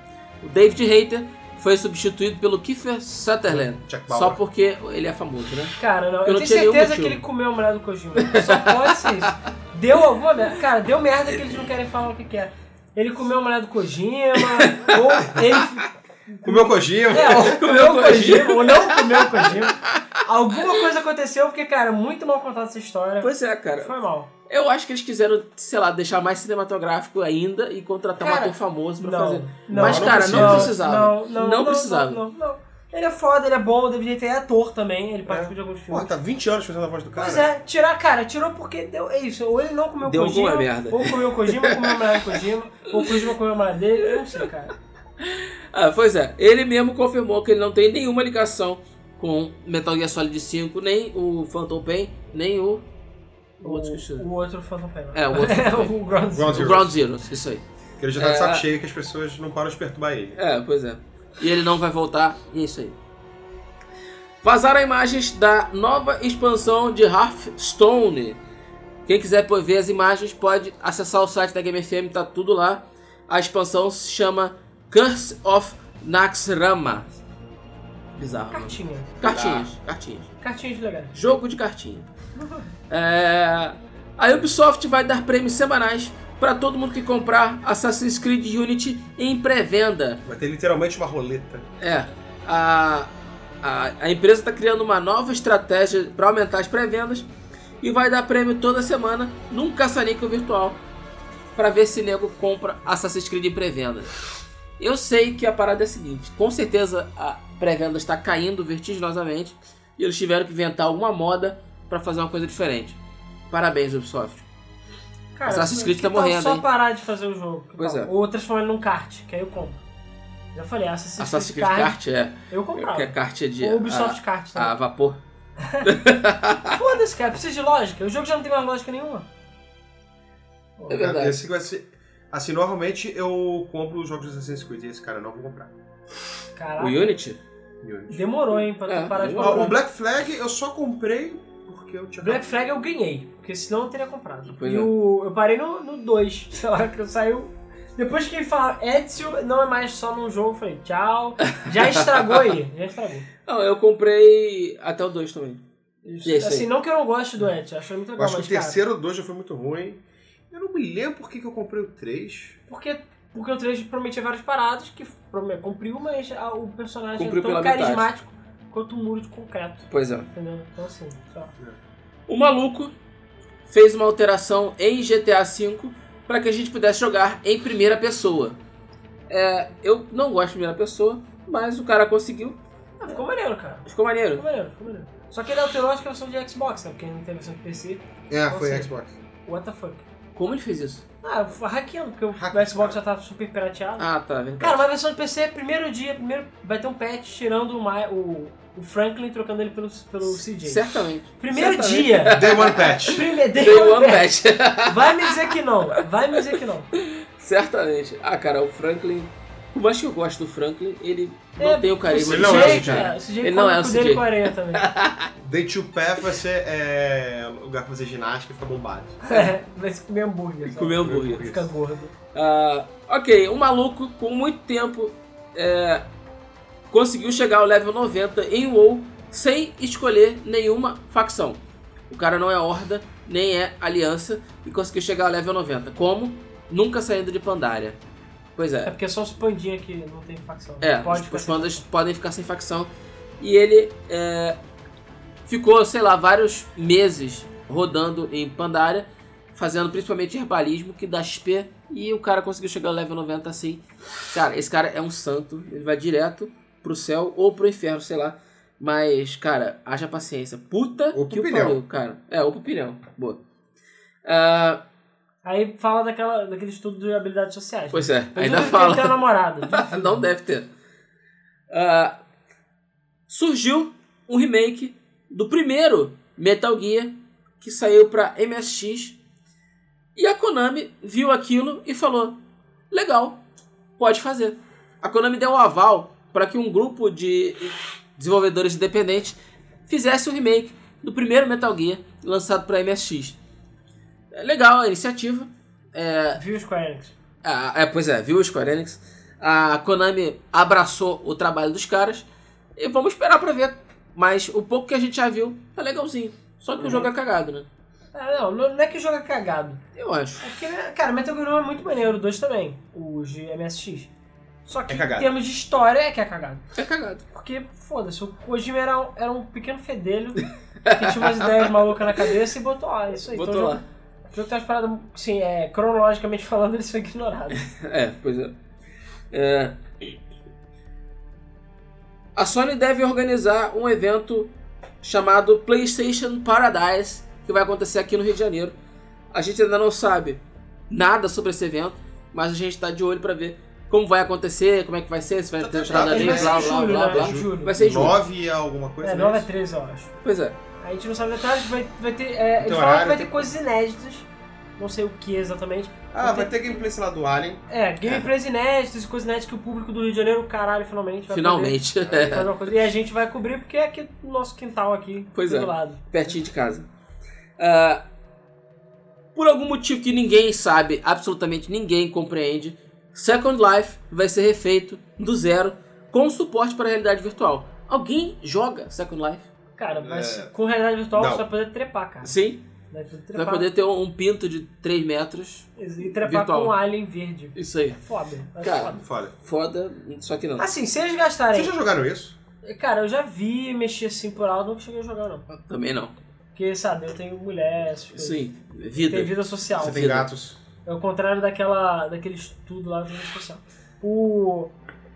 O David Hayter foi substituído pelo Kiefer Sutherland, Jack Bauer. só porque ele é famoso, né? Cara, não, eu, Eu não tenho tinha nenhum certeza que motivo. ele comeu a mulher do Kojima. Só pode ser isso. Deu alguma merda. Cara, deu merda que eles não querem falar o que que é. Ele comeu a mulher do Kojima, ou ele. Comeu Kojima. É, ou comeu o Kojima. Kojima, ou não comeu o Kojima. Alguma coisa aconteceu, porque, cara, muito mal contada essa história. Pois é, cara. Foi mal. Eu acho que eles quiseram, sei lá, deixar mais cinematográfico ainda e contratar um Cara, ator famoso pra não, fazer. não, Mas, não cara, precisa. não precisava. Não, não, não, precisava. Não, não. Ele é foda, ele é bom, o David Hayter é ator também, ele É. participou de alguns filmes. Porra, tá 20 anos fazendo a voz do cara. Pois é, tirar, cara, tirou porque deu. É isso, ou ele não comeu Deu Kojima. alguma merda. Ou comeu Kojima, ou comeu a mulher do Kojima, ou Kojima comeu a mulher dele, eu não sei, cara. Ah, pois é, ele mesmo confirmou que ele não tem nenhuma ligação com Metal Gear Solid 5, nem o Phantom Pain, nem o. O outro esqueci. o outro Phantom Pain. É, o outro Phantom o Ground Ground Zero. O Zeroes. Ground Zeroes, isso aí. Porque ele já tá de saco É. cheio que as pessoas não param de perturbar ele. É, pois é. E ele não vai voltar, e é isso aí. Vazaram imagens da nova expansão de Hearthstone. Quem quiser pô, ver as imagens pode acessar o site da Game FM, tá tudo lá. A expansão se chama Curse of Naxxrama. Bizarro. né? Cartinha. Cartinhas, cartinhas. Cartinhas legais. Jogo de cartinha. É, A Ubisoft vai dar prêmios semanais para todo mundo que comprar Assassin's Creed Unity em pré-venda. Vai ter literalmente uma roleta. É, a, a, a empresa está criando uma nova estratégia para aumentar as pré-vendas e vai dar prêmio toda semana num caça-níquel virtual para ver se nego compra Assassin's Creed em pré-venda. Eu sei que a parada é a seguinte, com certeza a pré-venda está caindo vertiginosamente e eles tiveram que inventar alguma moda para fazer uma coisa diferente. Parabéns, Ubisoft. Cara, Assassin's Creed que tá tal morrendo, só hein? parar de fazer o jogo. que Pois tal? é. Ou transformar ele num kart, que aí eu compro. Já falei, Assassin's, Assassin's Creed Creed Kart, Kart é, eu que comprava. é kart de Ou Ubisoft Kart a, a também. vapor. Foda-se, cara, precisa de lógica. O jogo já não tem mais lógica nenhuma. É verdade. Esse vai ser- Assim, normalmente eu compro os jogos de Assassin's Creed e esse cara eu não vou comprar. Caraca. O Unity? Demorou, hein, pra tu É, parar de demorou. Ah, comprar. O Black Flag eu só comprei porque eu tinha. Black Flag eu ganhei, porque senão eu teria comprado. Pois e é. o, eu parei no no 2, sei lá, que eu saiu. Depois que falaram Ezio não é mais só num jogo, eu falei tchau. Já estragou aí, já estragou. Não, eu comprei até o 2 também. E é isso aí. Assim, não que eu não goste do Ezio, acho ele muito Eu legal, acho que mas o é cara, terceiro 2 já foi muito ruim. Eu não me lembro por que que eu comprei o 3. porque, porque o 3 prometia várias paradas, que prome- cumpriu, mas a- o personagem Cumpriu é tão pela metade. carismático quanto um muro de concreto, Pois é. entendeu? Então assim, só. O maluco fez uma alteração em GTA V para que a gente pudesse jogar em primeira pessoa. É, eu não gosto de primeira pessoa, mas o cara conseguiu. Ah, ficou maneiro, cara. Ficou maneiro. Ficou maneiro, ficou maneiro. Só que ele alterou acho que a versão de Xbox, né? Porque não tem versão de PC. É, Qual foi seja? Xbox. What the fuck? Como ele fez isso? Ah, hackeando, porque o Hackeando. Xbox já tá super pirateado. Ah, tá, verdade. Cara, mas a versão de PC, primeiro dia, primeiro vai ter um patch tirando o, Ma- o, o Franklin e trocando ele pelo, pelo CJ. Certamente. Primeiro Certamente. dia! Day One Patch. Primeiro Day dia! one patch. Vai me dizer que não, vai me dizer que não. Certamente. Ah, cara, o Franklin. Por mais que eu goste do Franklin, ele É, não tem o carisma Ele do não é o CJ, CJ. cara. cara, o CJ Ele não é o come cu dele CJ. com a areia também. Day Two Path vai ser é, lugar pra fazer ginástica e ficar bombado. É, vai se comer hambúrguer. E só. comer hambúrguer. Fica gordo. Ah, ok, um maluco com muito tempo é, conseguiu chegar ao level 90 em WoW sem escolher nenhuma facção. O cara não é horda, nem é aliança e conseguiu chegar ao level 90. Como? Nunca saindo de Pandaria. Pois É é. porque é só os pandinha que não tem facção. É, Pode os, os ficar assim. pandas podem ficar sem facção. E ele é, ficou, sei lá, vários meses rodando em Pandaria, fazendo principalmente herbalismo, que dá XP, e o cara conseguiu chegar ao level 90 assim. Cara, esse cara é um santo, ele vai direto pro céu ou pro inferno, sei lá. Mas, cara, haja paciência. Puta Ou pro que o pilhão. pariu, cara. É, ou pro pilhão. Boa. Ah, Aí fala daquela, daquele estudo de habilidades sociais. né? pois é, Eu ainda duvido que fala. Ele tem namorada. Não deve ter. Ah, surgiu um remake do primeiro Metal Gear que saiu pra MSX. E a Konami viu aquilo e falou: legal, pode fazer. A Konami deu o aval para que um grupo de desenvolvedores independentes fizesse um remake do primeiro Metal Gear lançado pra MSX. É legal a iniciativa. É, Viu os Square Enix? ah, é, pois é, viu o Square Enix? A Konami abraçou o trabalho dos caras e vamos esperar pra ver. Mas o pouco que a gente já viu tá legalzinho. Só que o jogo é cagado, né? Ah, não, não não é que o jogo é cagado. Eu acho. É porque, né, cara, Metal Gear 1 é muito maneiro, o 2 também, o de MSX. Só que É em cagado. termos de história é que é cagado. É cagado. Porque, foda-se, o Kojima era, um- era um pequeno fedelho que tinha umas ideias malucas na cabeça e botou, ah, isso aí. Botou então, o lá. jogo- O jogo tem umas paradas, sim, é, cronologicamente falando, eles são ignorados. É, pois é. É. A Sony deve organizar um evento chamado PlayStation Paradise, que vai acontecer aqui no Rio de Janeiro. A gente ainda não sabe nada sobre esse evento, mas a gente tá de olho pra ver como vai acontecer, como é que vai ser, se vai Tá ter tentado, entrada ele livre, vai blá, ser em blá, julho, blá, né? blá. Em julho. Vai ser em julho. 9 é alguma coisa? É, né? 9 a 13, eu acho. Pois Tá é. A gente não sabe detalhes, vai, vai ter. É, Tem eles falaram que horário, vai tem- ter coisas inéditas, não sei o que exatamente. Ah, vai ter gameplay sei lá do Alien. É, gameplays inéditos, coisas inéditas que o público do Rio de Janeiro, caralho, finalmente vai Finalmente. é. poder fazer uma coisa. E a gente vai cobrir porque é aqui no nosso quintal aqui, Pois do é. lado. pertinho de casa. Ah, por algum motivo que ninguém sabe, absolutamente ninguém compreende, Second Life vai ser refeito do zero com suporte para realidade virtual. Alguém joga Second Life? Cara, mas É. com realidade virtual Não. você vai poder trepar, cara. Sim. Vai poder Vai trepar. poder ter um pinto de 3 metros. E trepar virtual. com um alien verde. Isso aí. Foda. Vai Cara. foda. Foda. Foda, só que não. Assim, se eles Vocês gastarem. já jogaram isso? Cara, eu já vi mexer assim por alto, nunca cheguei a jogar, não. Também não. Porque, sabe, eu tenho mulher, essas coisas. Sim. Tem Vida. vida social. Você tem vida. gatos. É o contrário daquela, daquele estudo lá do social. O...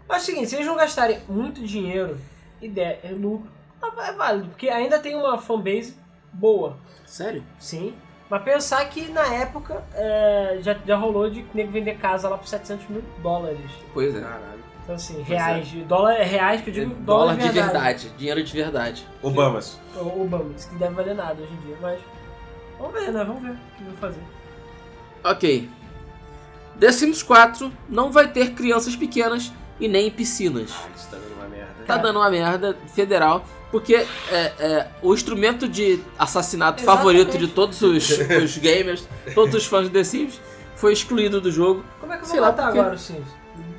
Mas é o seguinte, se eles não gastarem muito dinheiro e der é lucro, tá- é válido, porque ainda tem uma fanbase boa, Sério? sim. Mas pensar que na época é, já, já rolou de nego vender casa lá por 700 mil dólares. Pois é. Caralho. Então, assim, reais. de Dólar, reais que eu digo Dólar de verdade, dinheiro de verdade. Obamas. O, o Bambu, isso que deve valer nada hoje em dia, mas. Vamos ver, né? Vamos ver o que eu vou fazer. Ok. The Sims 4 não vai ter crianças pequenas e nem piscinas. Ah, isso tá dando uma merda. Tá dando uma merda federal, porque é, é, o instrumento de assassinato Exatamente. favorito de todos os, os gamers, todos os fãs de The Sims, foi excluído do jogo. Como é que eu vou Sei lá, matar porque- agora os Sims?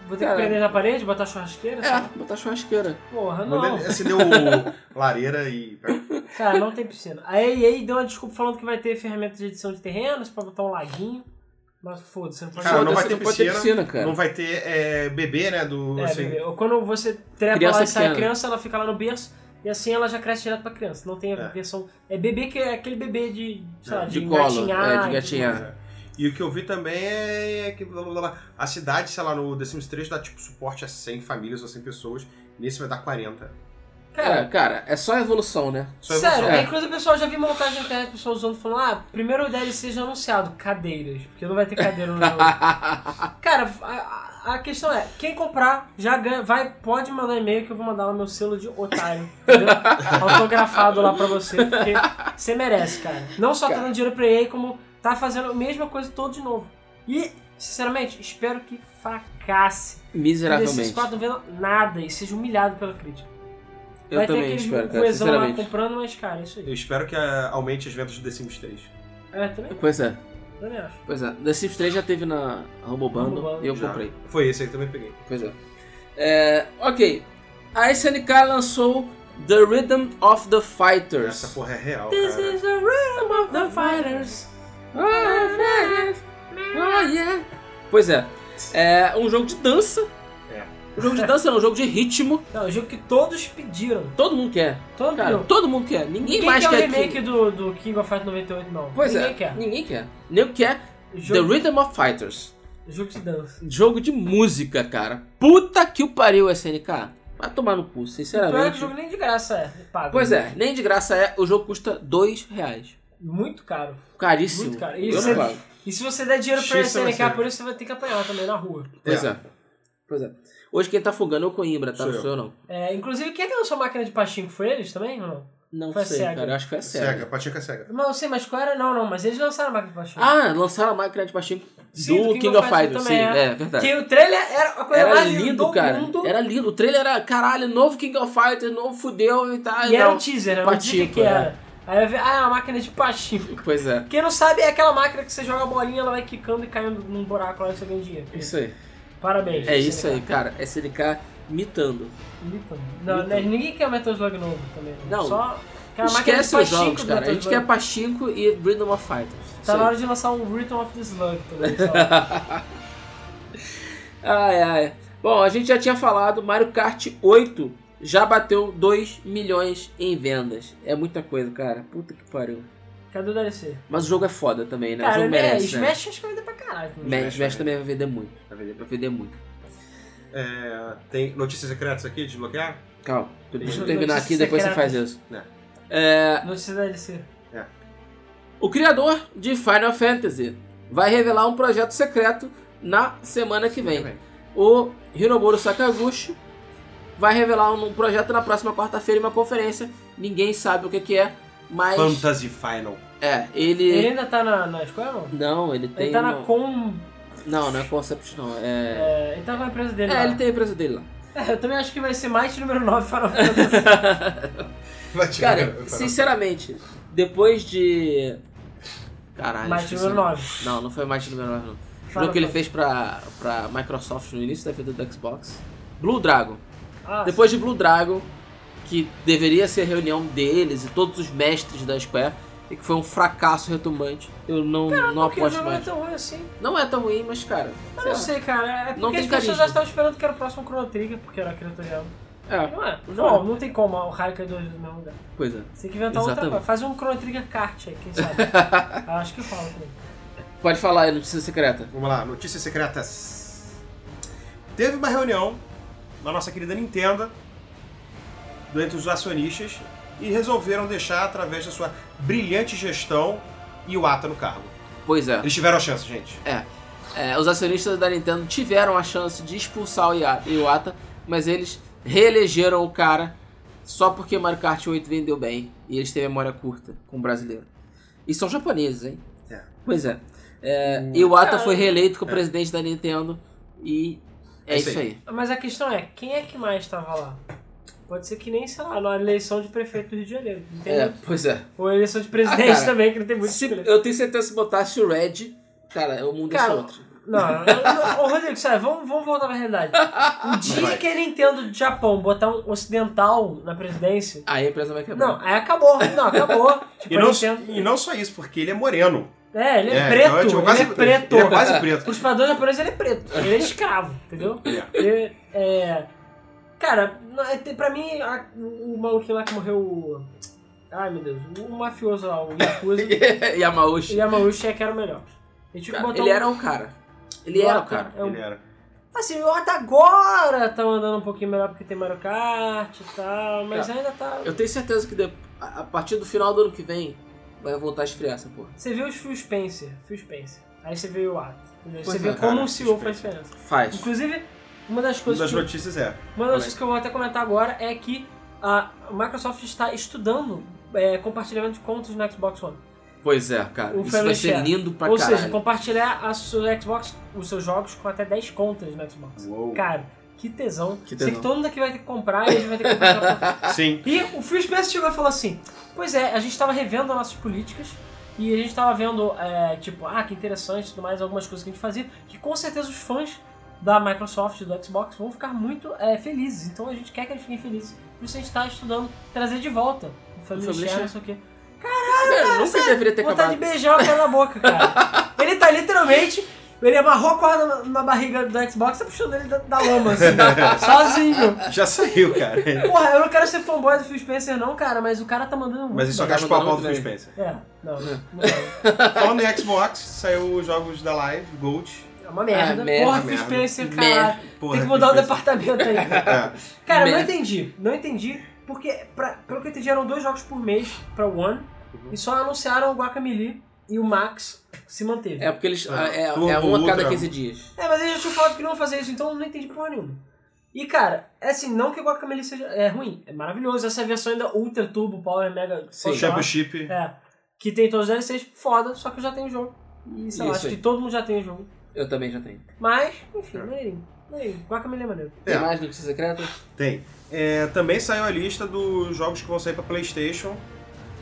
Vou ter Cara. que prender na parede, botar churrasqueira? É, botar churrasqueira. Porra, não. Manda ele acendeu lareira e. Cara, não tem piscina. A EA deu uma desculpa falando que vai ter ferramentas de edição de terrenos pra botar um laguinho. Mas foda-se, não pode Cara, não Foda-se, vai ter pode ter piscina, piscina, cara. Não vai ter é, bebê, né? Do. É, assim, bebê. Quando você trepa Criança lá e sai a pequena. criança, ela fica lá no berço e assim ela já cresce direto pra criança. Não tem a É. versão. É bebê que é aquele bebê de, sei lá, de de, colo, gatinhar. é, de gatinhar. E o que eu vi também é que blá, blá, blá, a cidade, sei lá, no The Sims 3 dá tipo suporte a 100 famílias ou 100 pessoas. Nesse vai dar 40. Cara, É, cara, é só evolução, né? Só evolução. Sério, É. inclusive o pessoal já vi montagem na internet, o pessoal usando falando, ah, primeiro o DLC já anunciado, cadeiras, porque não vai ter cadeira no jogo. Cara, a, a- a questão é, quem comprar já ganha, vai, pode mandar um e-mail que eu vou mandar o meu selo de otário, entendeu? Autografado lá pra você, porque você merece, cara. Não só tá Cara. dando dinheiro pra EA, como tá fazendo a mesma coisa todo de novo. E, sinceramente, espero que fracasse. Que Miseravelmente. desses quatro não venda nada e seja humilhado pela crítica. Eu vai ter também aqueles espero, cara, coesão lá sinceramente. comprando, mas, cara, é isso aí. Eu espero que ah, aumente as vendas do The Sims 3. É, também, Pois é, também acho. pois é. The Sims 3 já teve na Rumble Bundle Bundle, e eu Já. comprei. Foi esse aí que eu também peguei. Pois é. É, ok. A SNK lançou The Rhythm of the Fighters. Essa porra é real, cara. the rhythm of the fighters. Ah, yeah. Pois é. É um jogo de dança. É. Um jogo de dança não, um jogo de ritmo. Não, é um jogo que todos pediram. Todo mundo quer. Todo mundo Cara, pediu. todo mundo quer. Ninguém, Ninguém mais quer o quer remake aquilo. do, do King of Fighters 98, não. Pois Ninguém é. quer. Ninguém quer. Ninguém quer é The Jogo, Rhythm of Fighters. jogo de dança. Jogo de música, cara. Puta que o pariu, SNK. Vai tomar no cu, Não é que o sinceramente. jogo nem de graça é. Pago. Pois é, nem de graça é. O jogo custa dois reais. Muito caro. Caríssimo. Muito caro. Eu Isso não é- pago. E se você der dinheiro pra X pra SNK, você. por isso você vai ter que apanhar também na rua. Pois é. Pois é. Hoje quem tá fugando é o Coimbra, tá? Sou Não eu. sou eu, não. É, inclusive, quem é que lançou máquina de pachinko? Foi eles também ou não? Não Foi a sei, Sega. cara. Eu acho que foi a Sega, SEGA. Sega patinca cega. Não, eu sei, mas qual era? Não, não, mas eles lançaram a máquina de pachinko. Ah, lançaram a máquina de pachinko Sim, do King, of Fighters. Sim, também, é, é. verdade. Que o trailer era a coisa Era mais linda lindo, do cara. mundo. Era lindo. O trailer era, caralho, novo King of Fighters, novo fudeu e tal. E era não. um teaser, né? Não dizia o que, Pachinko, que é. era. Aí eu vi, ah, é uma máquina de pachinko. Pois é. Quem não sabe é aquela máquina que você joga a bolinha, ela vai quicando e caindo num buraco lá e você ganha dinheiro. Isso aí. Parabéns. É isso aí, cara. SNK mitando. Mitão. Não, né, ninguém quer Metal Slug novo também. né? Não. Só aquela máquina de Esquece os pachinko jogos, do cara. A Metal gente Slug. quer Pachinko e Rhythm of Fighters. Isso Tá aí. na hora de lançar um Return of the Slug também. só. Ai, ai. Bom, a gente já tinha falado, Mario Kart 8 já bateu 2 milhões em vendas. É muita coisa, cara. Puta que pariu. Cadê o DLC? Mas o jogo é foda também, né? o Cara, jogo né, merece, né? Smash acho que vai dar pra caralho. né? Smash, Smash também vai vender muito. Tá vendo? Vai vender muito. É, tem notícias secretas aqui, desbloquear? Calma, tu- deixa eu Notícias terminar aqui e depois você faz secretas. isso. Notícia da DLC. O criador de Final Fantasy vai revelar um projeto secreto na semana que vem. O Hiromuro Sakaguchi vai revelar um projeto na próxima quarta-feira em uma conferência. Ninguém sabe o que, que é, mas Fantasy Final. é, ele... Ele ainda tá na, na escola, não? Não, ele tem. um- Ele tá na uma- com... Não, não é concept, não. É... é, ele tá na empresa dele é, lá. ele tem Ah, a empresa dele lá. É, eu também acho que vai ser mais número 9 Final Fantasy. Vai tirar Cara, Final. sinceramente, depois de. Caralho. mais esqueci número o nome. 9. Não, não foi Might número 9, não. O Final jogo que ele Fantasy. fez pra, pra Microsoft no início da vida do Xbox. Blue Dragon. Ah, Depois de Blue Dragon, que deveria ser a reunião deles e todos os mestres da Square, e que foi um fracasso retumbante, eu não, não Porque o aposto jogo não é mais. tão ruim assim. Não é tão ruim, mas cara. Eu sei não lá. sei, cara. É porque Não tem as pessoas carisma. já estavam esperando que era o próximo Chrono Trigger, porque era aquele tutorial. É, Não é. Não Não, não tem como o Harry cair dois vezes no mesmo né? lugar. pois é. Você tem que inventar outra Exatamente. coisa. Faz um Chrono Trigger kart aí, quem sabe. Eu Acho que fala também. Pode falar aí, notícia secreta. Vamos lá, notícias secretas. Teve uma reunião na nossa querida Nintendo, entre os acionistas, e resolveram deixar, através da sua brilhante gestão, Iwata no cargo. Pois é. Eles tiveram a chance, gente. É, os acionistas da Nintendo tiveram a chance de expulsar o Ia- Iwata, mas eles reelegeram o cara só porque Mario Kart 8 vendeu bem e eles têm memória curta com o brasileiro. E são japoneses, hein? É. Pois é. é Iwata Cara. foi reeleito como presidente da Nintendo e é, É isso isso aí. Mas a questão é, quem é que mais tava lá? Pode ser que nem, sei lá, na eleição de prefeito do Rio de Janeiro, É, entendeu? pois é. Ou eleição de presidente Ah, cara. também, que não tem muito Se- escolha. eu tenho certeza que se botasse o Red, cara, o mundo ia ser Cara, outro. Não, eu- ô Rodrigo, sério, vamos, vamos voltar pra realidade. O dia Vai. que a Nintendo do Japão botar um ocidental na presidência. Aí a empresa vai quebrar. Não, aí acabou. Não, acabou. Tipo, E a não, Nintendo- e não só isso, porque ele é moreno. É, ele é, É, preto. então é tipo ele quase- é preto. Ele é quase preto. O espadão japonês ele é preto. Ele é escravo, entendeu? É. Ele, é. Cara, não, é, tem- pra mim, a- o o maluquinho lá que morreu. o- Ai meu Deus, o mafioso lá, o Yakuza e a Maoshi. e a Marushi é que era o melhor. A gente Cara, botou ele um- era um cara. Ele Bota, era o cara. É um Ele era. Assim, o Ota agora tá andando um pouquinho melhor porque tem Mario Kart e tal, mas ainda tá. Eu tenho certeza que de- a a partir do final do ano que vem vai voltar a esfriar essa porra. Você vê os Phil Spencer, Phil Spencer. Aí você vê o Ata. entendeu? Pois Você é, vê cara, como um o Phil CEO faz diferença. Faz. Inclusive, uma das Uma coisas, das que, notícias é. uma das coisas que eu vou até comentar agora é que a Microsoft está estudando é, compartilhamento de contas no Xbox One. Pois é, cara. O Isso Family vai ser Share. lindo pra Ou caralho. seja, compartilhar a sua Xbox, os seus jogos com até 10 contas no Xbox. Uou. Cara, que tesão. Que Sei tesão. que todo mundo aqui vai ter que comprar e a gente vai ter é que comprar Sim. E o Phil Spencer chegou e falou assim: Pois é, a gente tava revendo as nossas políticas e a gente tava vendo, é, tipo, ah, que interessante e tudo mais, algumas coisas que a gente fazia, que com certeza os fãs da Microsoft e do Xbox vão ficar muito é, felizes. Então a gente quer que eles fiquem felizes. Por isso a gente tá estudando trazer de volta o Family Family Share, Share. não sei o quê. Cara, É, nunca Ah, sério, deveria ter Vontade acabado. de beijar o cara na boca, cara. ele tá literalmente. Ele amarrou a corda na, na barriga do Xbox e tá puxando ele da, da lama, assim, sozinho. Já saiu, cara. Porra, eu não quero ser fanboy do Phil Spencer, não, cara, mas o cara tá mandando muito. Mas isso só bem. gasta a pau do Phil Spencer. É, não, não. é. Falando em Xbox, saiu os jogos da Live, Gold. É uma merda. Ah, merda, Porra, Phil merda. Spencer, Merda. caralho. Porra, Tem que mudar o Phil departamento aí. Spencer. Cara, eu não Merda. entendi. Não entendi, porque, pra, pelo que eu entendi, eram dois jogos por mês pra One e só anunciaram o Guacamelee e o Max se manteve. É porque eles. Ah, É, é turbo, um a cada ultra. 15 dias. É, mas eles já tinham falado que não iam fazer isso, então eu não entendi porra nenhuma. E cara, é assim, não que o Guacamelee seja é ruim, é maravilhoso. Essa versão ainda Ultra Turbo Power Mega É. Sim. Power, Championship. É. Que tem todos os DLCs, foda, só que eu já tenho o jogo. E sei lá, Isso acho aí. que todo mundo já tem o jogo. Eu também já tenho. Mas, enfim, É. maneirinho. Maneirinho. Guacamelee é maneiro. Tem É. mais notícia secreta? Ah, Tem. É, também saiu a lista dos jogos que vão sair pra Playstation,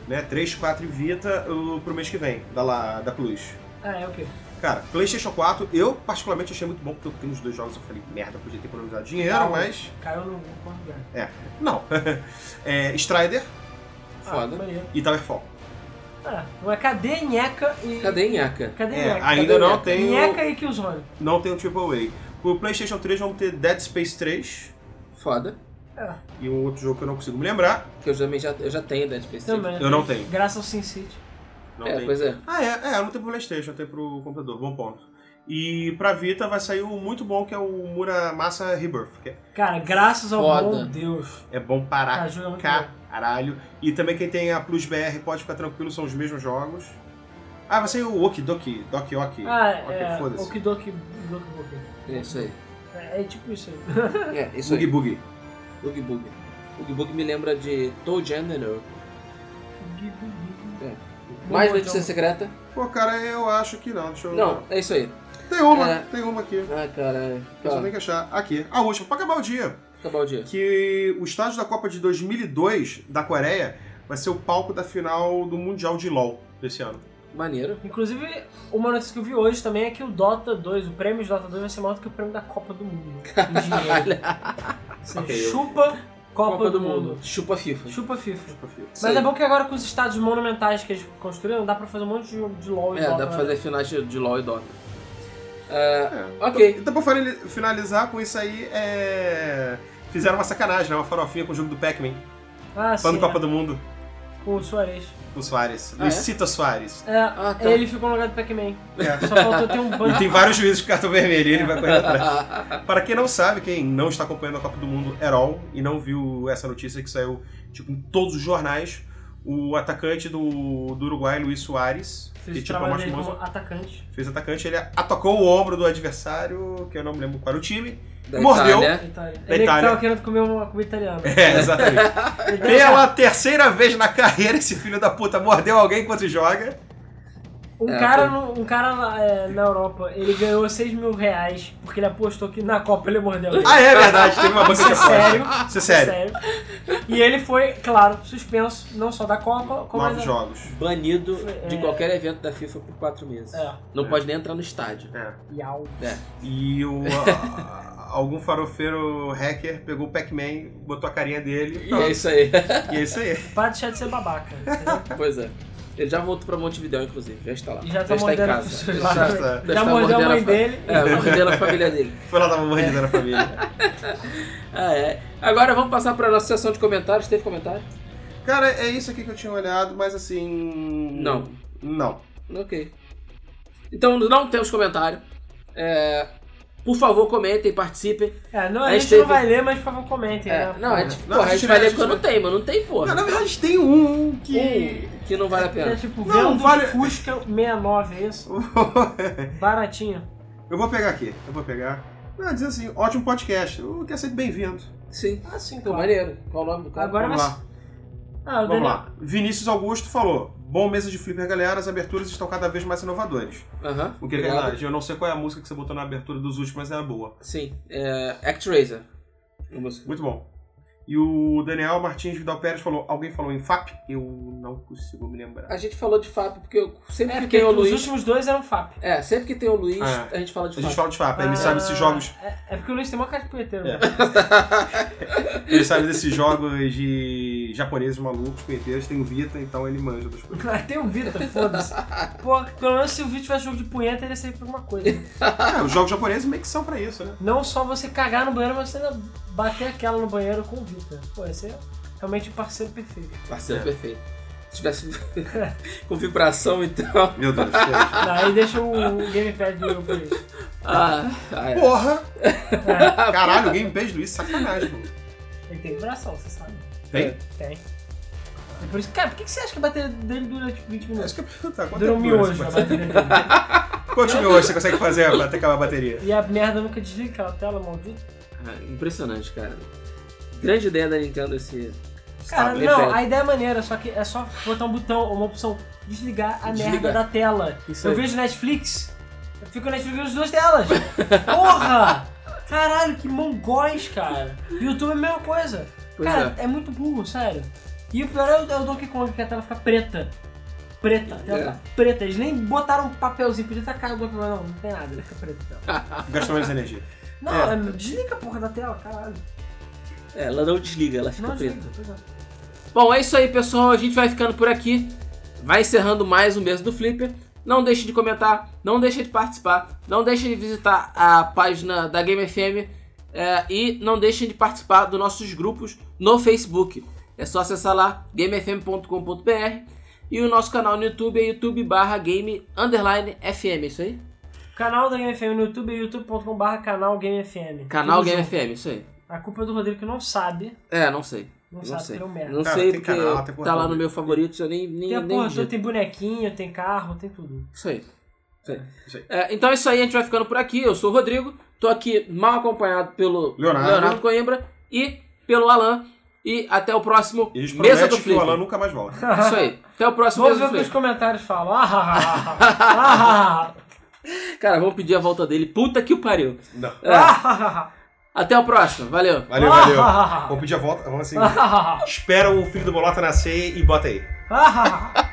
né? 3, 4 e Vita o, pro mês que vem, da, La- da Plus. Ah, é o quê? Cara, Playstation 4, eu particularmente achei muito bom, porque eu tenho os dois jogos, eu falei, merda, podia ter economizado dinheiro, Não. mas... Caiu no no quarto lugar. Não. é, Strider Foda. Ah, maneiro. e Towerfall. Ah, não é cadê Nheca e. Cadê Inhaca? Cadê É, Nheca? ainda cadê não Nheca? tem, o, Nheca e Killzone. não tem o AAA. Pro Playstation 3 vamos ter Dead Space 3 Foda. É, e um outro jogo que eu não consigo me lembrar. Que eu também já, eu já tenho Dead Space. também. Eu não tenho. Graças ao Sin City. Não É, tem. pois é. Ah, é, é, não tem pro Playstation, tem pro computador, bom ponto. E pra Vita vai sair um muito bom que é o Muramasa Rebirth, que é- Cara, graças ao Foda. bom Deus. é bom Cara, parar. jogo é muito bom. Caralho. E também quem tem a Plus BR pode ficar tranquilo, são os mesmos jogos. Ah, vai sair o Okidoki, Doki Oki. Ah, Ok, é. foda-se. Okidoki Doki Boki. É isso aí. É, é tipo isso aí. É, isso Boogie aí. Boogie. Bug Bug. Bug Bug me lembra de Toad General. Mais Bom, notícia então. secreta? Pô, cara, eu acho que não, deixa eu... Não, é isso aí. Tem uma, É. tem uma aqui. Ai, caralho. Eu só Ah. Tá, tenho que achar. Aqui. A última, pra acabar o dia. acabar o dia. Que o estádio da Copa de 2002 da Coreia vai ser o palco da final do Mundial de LoL desse ano. Maneiro. Inclusive, uma notícia que eu vi hoje também é que o Dota 2, o prêmio de Dota 2 vai ser maior do que o prêmio da Copa do Mundo. né? Em dinheiro. Você Ok, eu- chupa Copa, do, mundo. Chupa FIFA. Chupa FIFA. Isso Mas aí. é bom que agora com os estádios monumentais que eles construíram, dá pra fazer um monte de jogo de LOL e É, Dota, dá pra né? fazer finais de, de LoL e Dota. É. Ok. Então, pra finali- finalizar com isso aí, é... fizeram uma sacanagem, né? Uma farofinha com o jogo do Pac-Man. Ah, Fã sim, do é. Copa do Mundo, com o Suarez. com o Soares. Ah, é? Luisito Soares. É, Ah, tá. ele ficou no lugar do Pac-Man. É. Só faltou ter um E banco. tem vários juízes de cartão vermelho, ele vai correr atrás. Ah, Para quem não sabe, quem não está acompanhando a Copa do Mundo at all e não viu essa notícia que saiu tipo, em todos os jornais, o atacante do, do Uruguai, Luiz Soares, Fiz que o tipo, trabalho Márcio dele Manso, como atacante. fez atacante, ele atacou o ombro do adversário, que eu não me lembro qual era o time. Da Mordeu. Itália. Itália. Da Ele que Itália. tava querendo comer uma comida italiana. É, exatamente. Ele deu Pela terceira vez na carreira, esse filho da puta mordeu alguém enquanto joga. Um É, foi. cara, no- um cara lá, é, na Europa, ele ganhou 6 mil reais porque ele apostou que na Copa ele mordeu alguém. Ah, é verdade, teve uma banca Isso é de sorte. sério. Isso é sério. E ele foi, claro, suspenso não só da Copa, como é Novos da... jogos. Banido Foi- de é. qualquer evento da FIFA por quatro meses. É, Não É. pode nem entrar no estádio. É. Iau. E o, a- algum farofeiro hacker pegou o Pac-Man, botou a carinha dele. E é isso aí. E é isso aí. Para deixar de ser babaca. entendeu? pois é. Ele já voltou pra Montevidéu, inclusive. Já está lá. E já está tá em mordendo casa. pessoas Ele lá. já- Já deve Já estar mordeu a mordendo mãe fa- dele. É, mordendo a família dele. Foi lá dar uma mordida na É. família. Ah, é. Agora vamos passar pra nossa sessão de comentários. Teve comentário? Cara, é isso aqui que eu tinha olhado, mas assim. Não. Não. Ok. Então não temos comentário. É, Por favor, comentem, participem. É, não, A a gente gente não teve- vai ler, mas por favor comentem. É, né? não, a gente, Não, porra, a a gente gente vai vai- ler quando tem, mas não tem, porra. Não, na verdade tem um que. Um que não vale a É pena. tipo, Não, vendo vale- Fusca 69, é Um. isso? Baratinho. eu vou pegar aqui, eu vou pegar. Não, dizer assim, ótimo podcast. O que é sempre bem-vindo. Sim. Ah, sim, Pô, claro. maneiro. Qual o nome? Qual- Agora Vamos vai- lá. Ah, o Vamos Daniel... lá. Vinícius Augusto falou: Bom mesa de flipper, galera. As aberturas estão cada vez mais inovadoras. Aham. O que é Obrigado. verdade. Eu não sei qual é a música que você botou na abertura dos últimos, mas era boa. Sim. É, Actraiser. A música. Muito bom. E o Daniel Martins Vidal Pérez falou: alguém falou em FAP? Eu não consigo me lembrar. A gente falou de FAP, porque eu- sempre É, que porque tem o os Luiz. últimos dois eram FAP. É, sempre que tem o Luiz, Ah, a gente fala de A gente FAP. fala de FAP, aí ele Ah, sabe esses jogos. É, é porque o Luiz tem mó cara de punheteiro. É. mano. Ele sabe desses jogos de japoneses malucos, punheteiros, tem o Vita, então ele manja das coisas. Tem o Vitor, tá, foda-se. Pô, pelo menos se o Vitor tivesse jogo de punheta, ele ia sair por alguma coisa. Ah, os jogos japoneses meio que são pra isso, né? Não só você cagar no banheiro, mas você ainda bater aquela no banheiro com o Vitor. Pô, esse é realmente o parceiro perfeito. Parceiro É. Tá perfeito. Se tivesse com vibração, então. Meu Deus. que é Aí deixa o gamepad do Will por isso. Ah, ah, isso? é. Porra! É, Caralho, o Gamepage do Luiz, sacanagem, mano. ele tem vibração, você sabe. Tem? Tem. É por isso, cara, por que que você acha que a bateria dele dura tipo 20 É minutos? isso que eu ia perguntar. Quanto Dura um tempo dura miojo essa a bateria? bateria dele. Quantos miojos você consegue fazer até acabar a bateria? E a merda nunca desliga aquela tela maldita. Ah, Impressionante, cara. Grande ideia da Nintendo esse. Cara, Sabe? não, perfeito. a ideia é maneira, só que é só botar um botão, uma opção, desligar a merda Desligar. da tela. Isso Eu aí. vejo Netflix, eu fico Netflix nas duas telas. Porra! Caralho, que mongóis, cara. YouTube é a mesma coisa. Pois cara, é. muito burro, sério. E o pior é o, é o Donkey Kong, que a tela fica preta. Preta, a tela É. fica preta. Eles nem botaram um papelzinho, podia tacar o Donkey Kong, não, não tem nada, ele fica preto. a Ah. tela. Gastou menos energia. Não, É. é, desliga a porra da tela, caralho. É, ela não desliga, ela fica Não, preta. desliga, pois é. Bom, é isso aí, pessoal. A gente vai ficando por aqui. Vai encerrando mais um mês do Flipper. Não deixe de comentar, não deixe de participar, não deixe de visitar a página da Game FM é, e não deixe de participar dos nossos grupos no Facebook. É só acessar lá gamefm.com.br e o nosso canal no YouTube é youtube barra game underline FM, é isso aí? Canal da Game FM no YouTube é youtube.com.br canal Game FM. Canal Tudo Game junto. FM, isso aí. A A culpa é do Rodrigo que não sabe. É, não sei. Não, Não sabe sei. que ele é um merda. Não Cara, sei tem porque canal, tem porra tá lá toda. no meu favorito, eu nem, nem, Tem a nem porra, digito. toda, tem bonequinho, tem carro, tem tudo. Isso aí. Isso aí. Isso aí. É, então é isso aí, a gente vai ficando por aqui. Eu sou o Rodrigo, tô aqui mal acompanhado pelo Leonardo. Coimbra e pelo Alan. E até o próximo Eles Mesa prometem do que o Flip. Alan nunca mais volta. Isso aí. Até o próximo Vamos ver Mesa o que do os Flip. comentários falam. Ah, ah, ah, ah, ah, Cara, vamos pedir a volta dele. Puta que o pariu. Não. É, ah, ah, até o próximo. Valeu. Valeu, Ah! valeu. Vamos pedir a volta. Vamos assim. ah, ah, ah, Espera o filho do Bolota nascer e bota aí. ah, ah.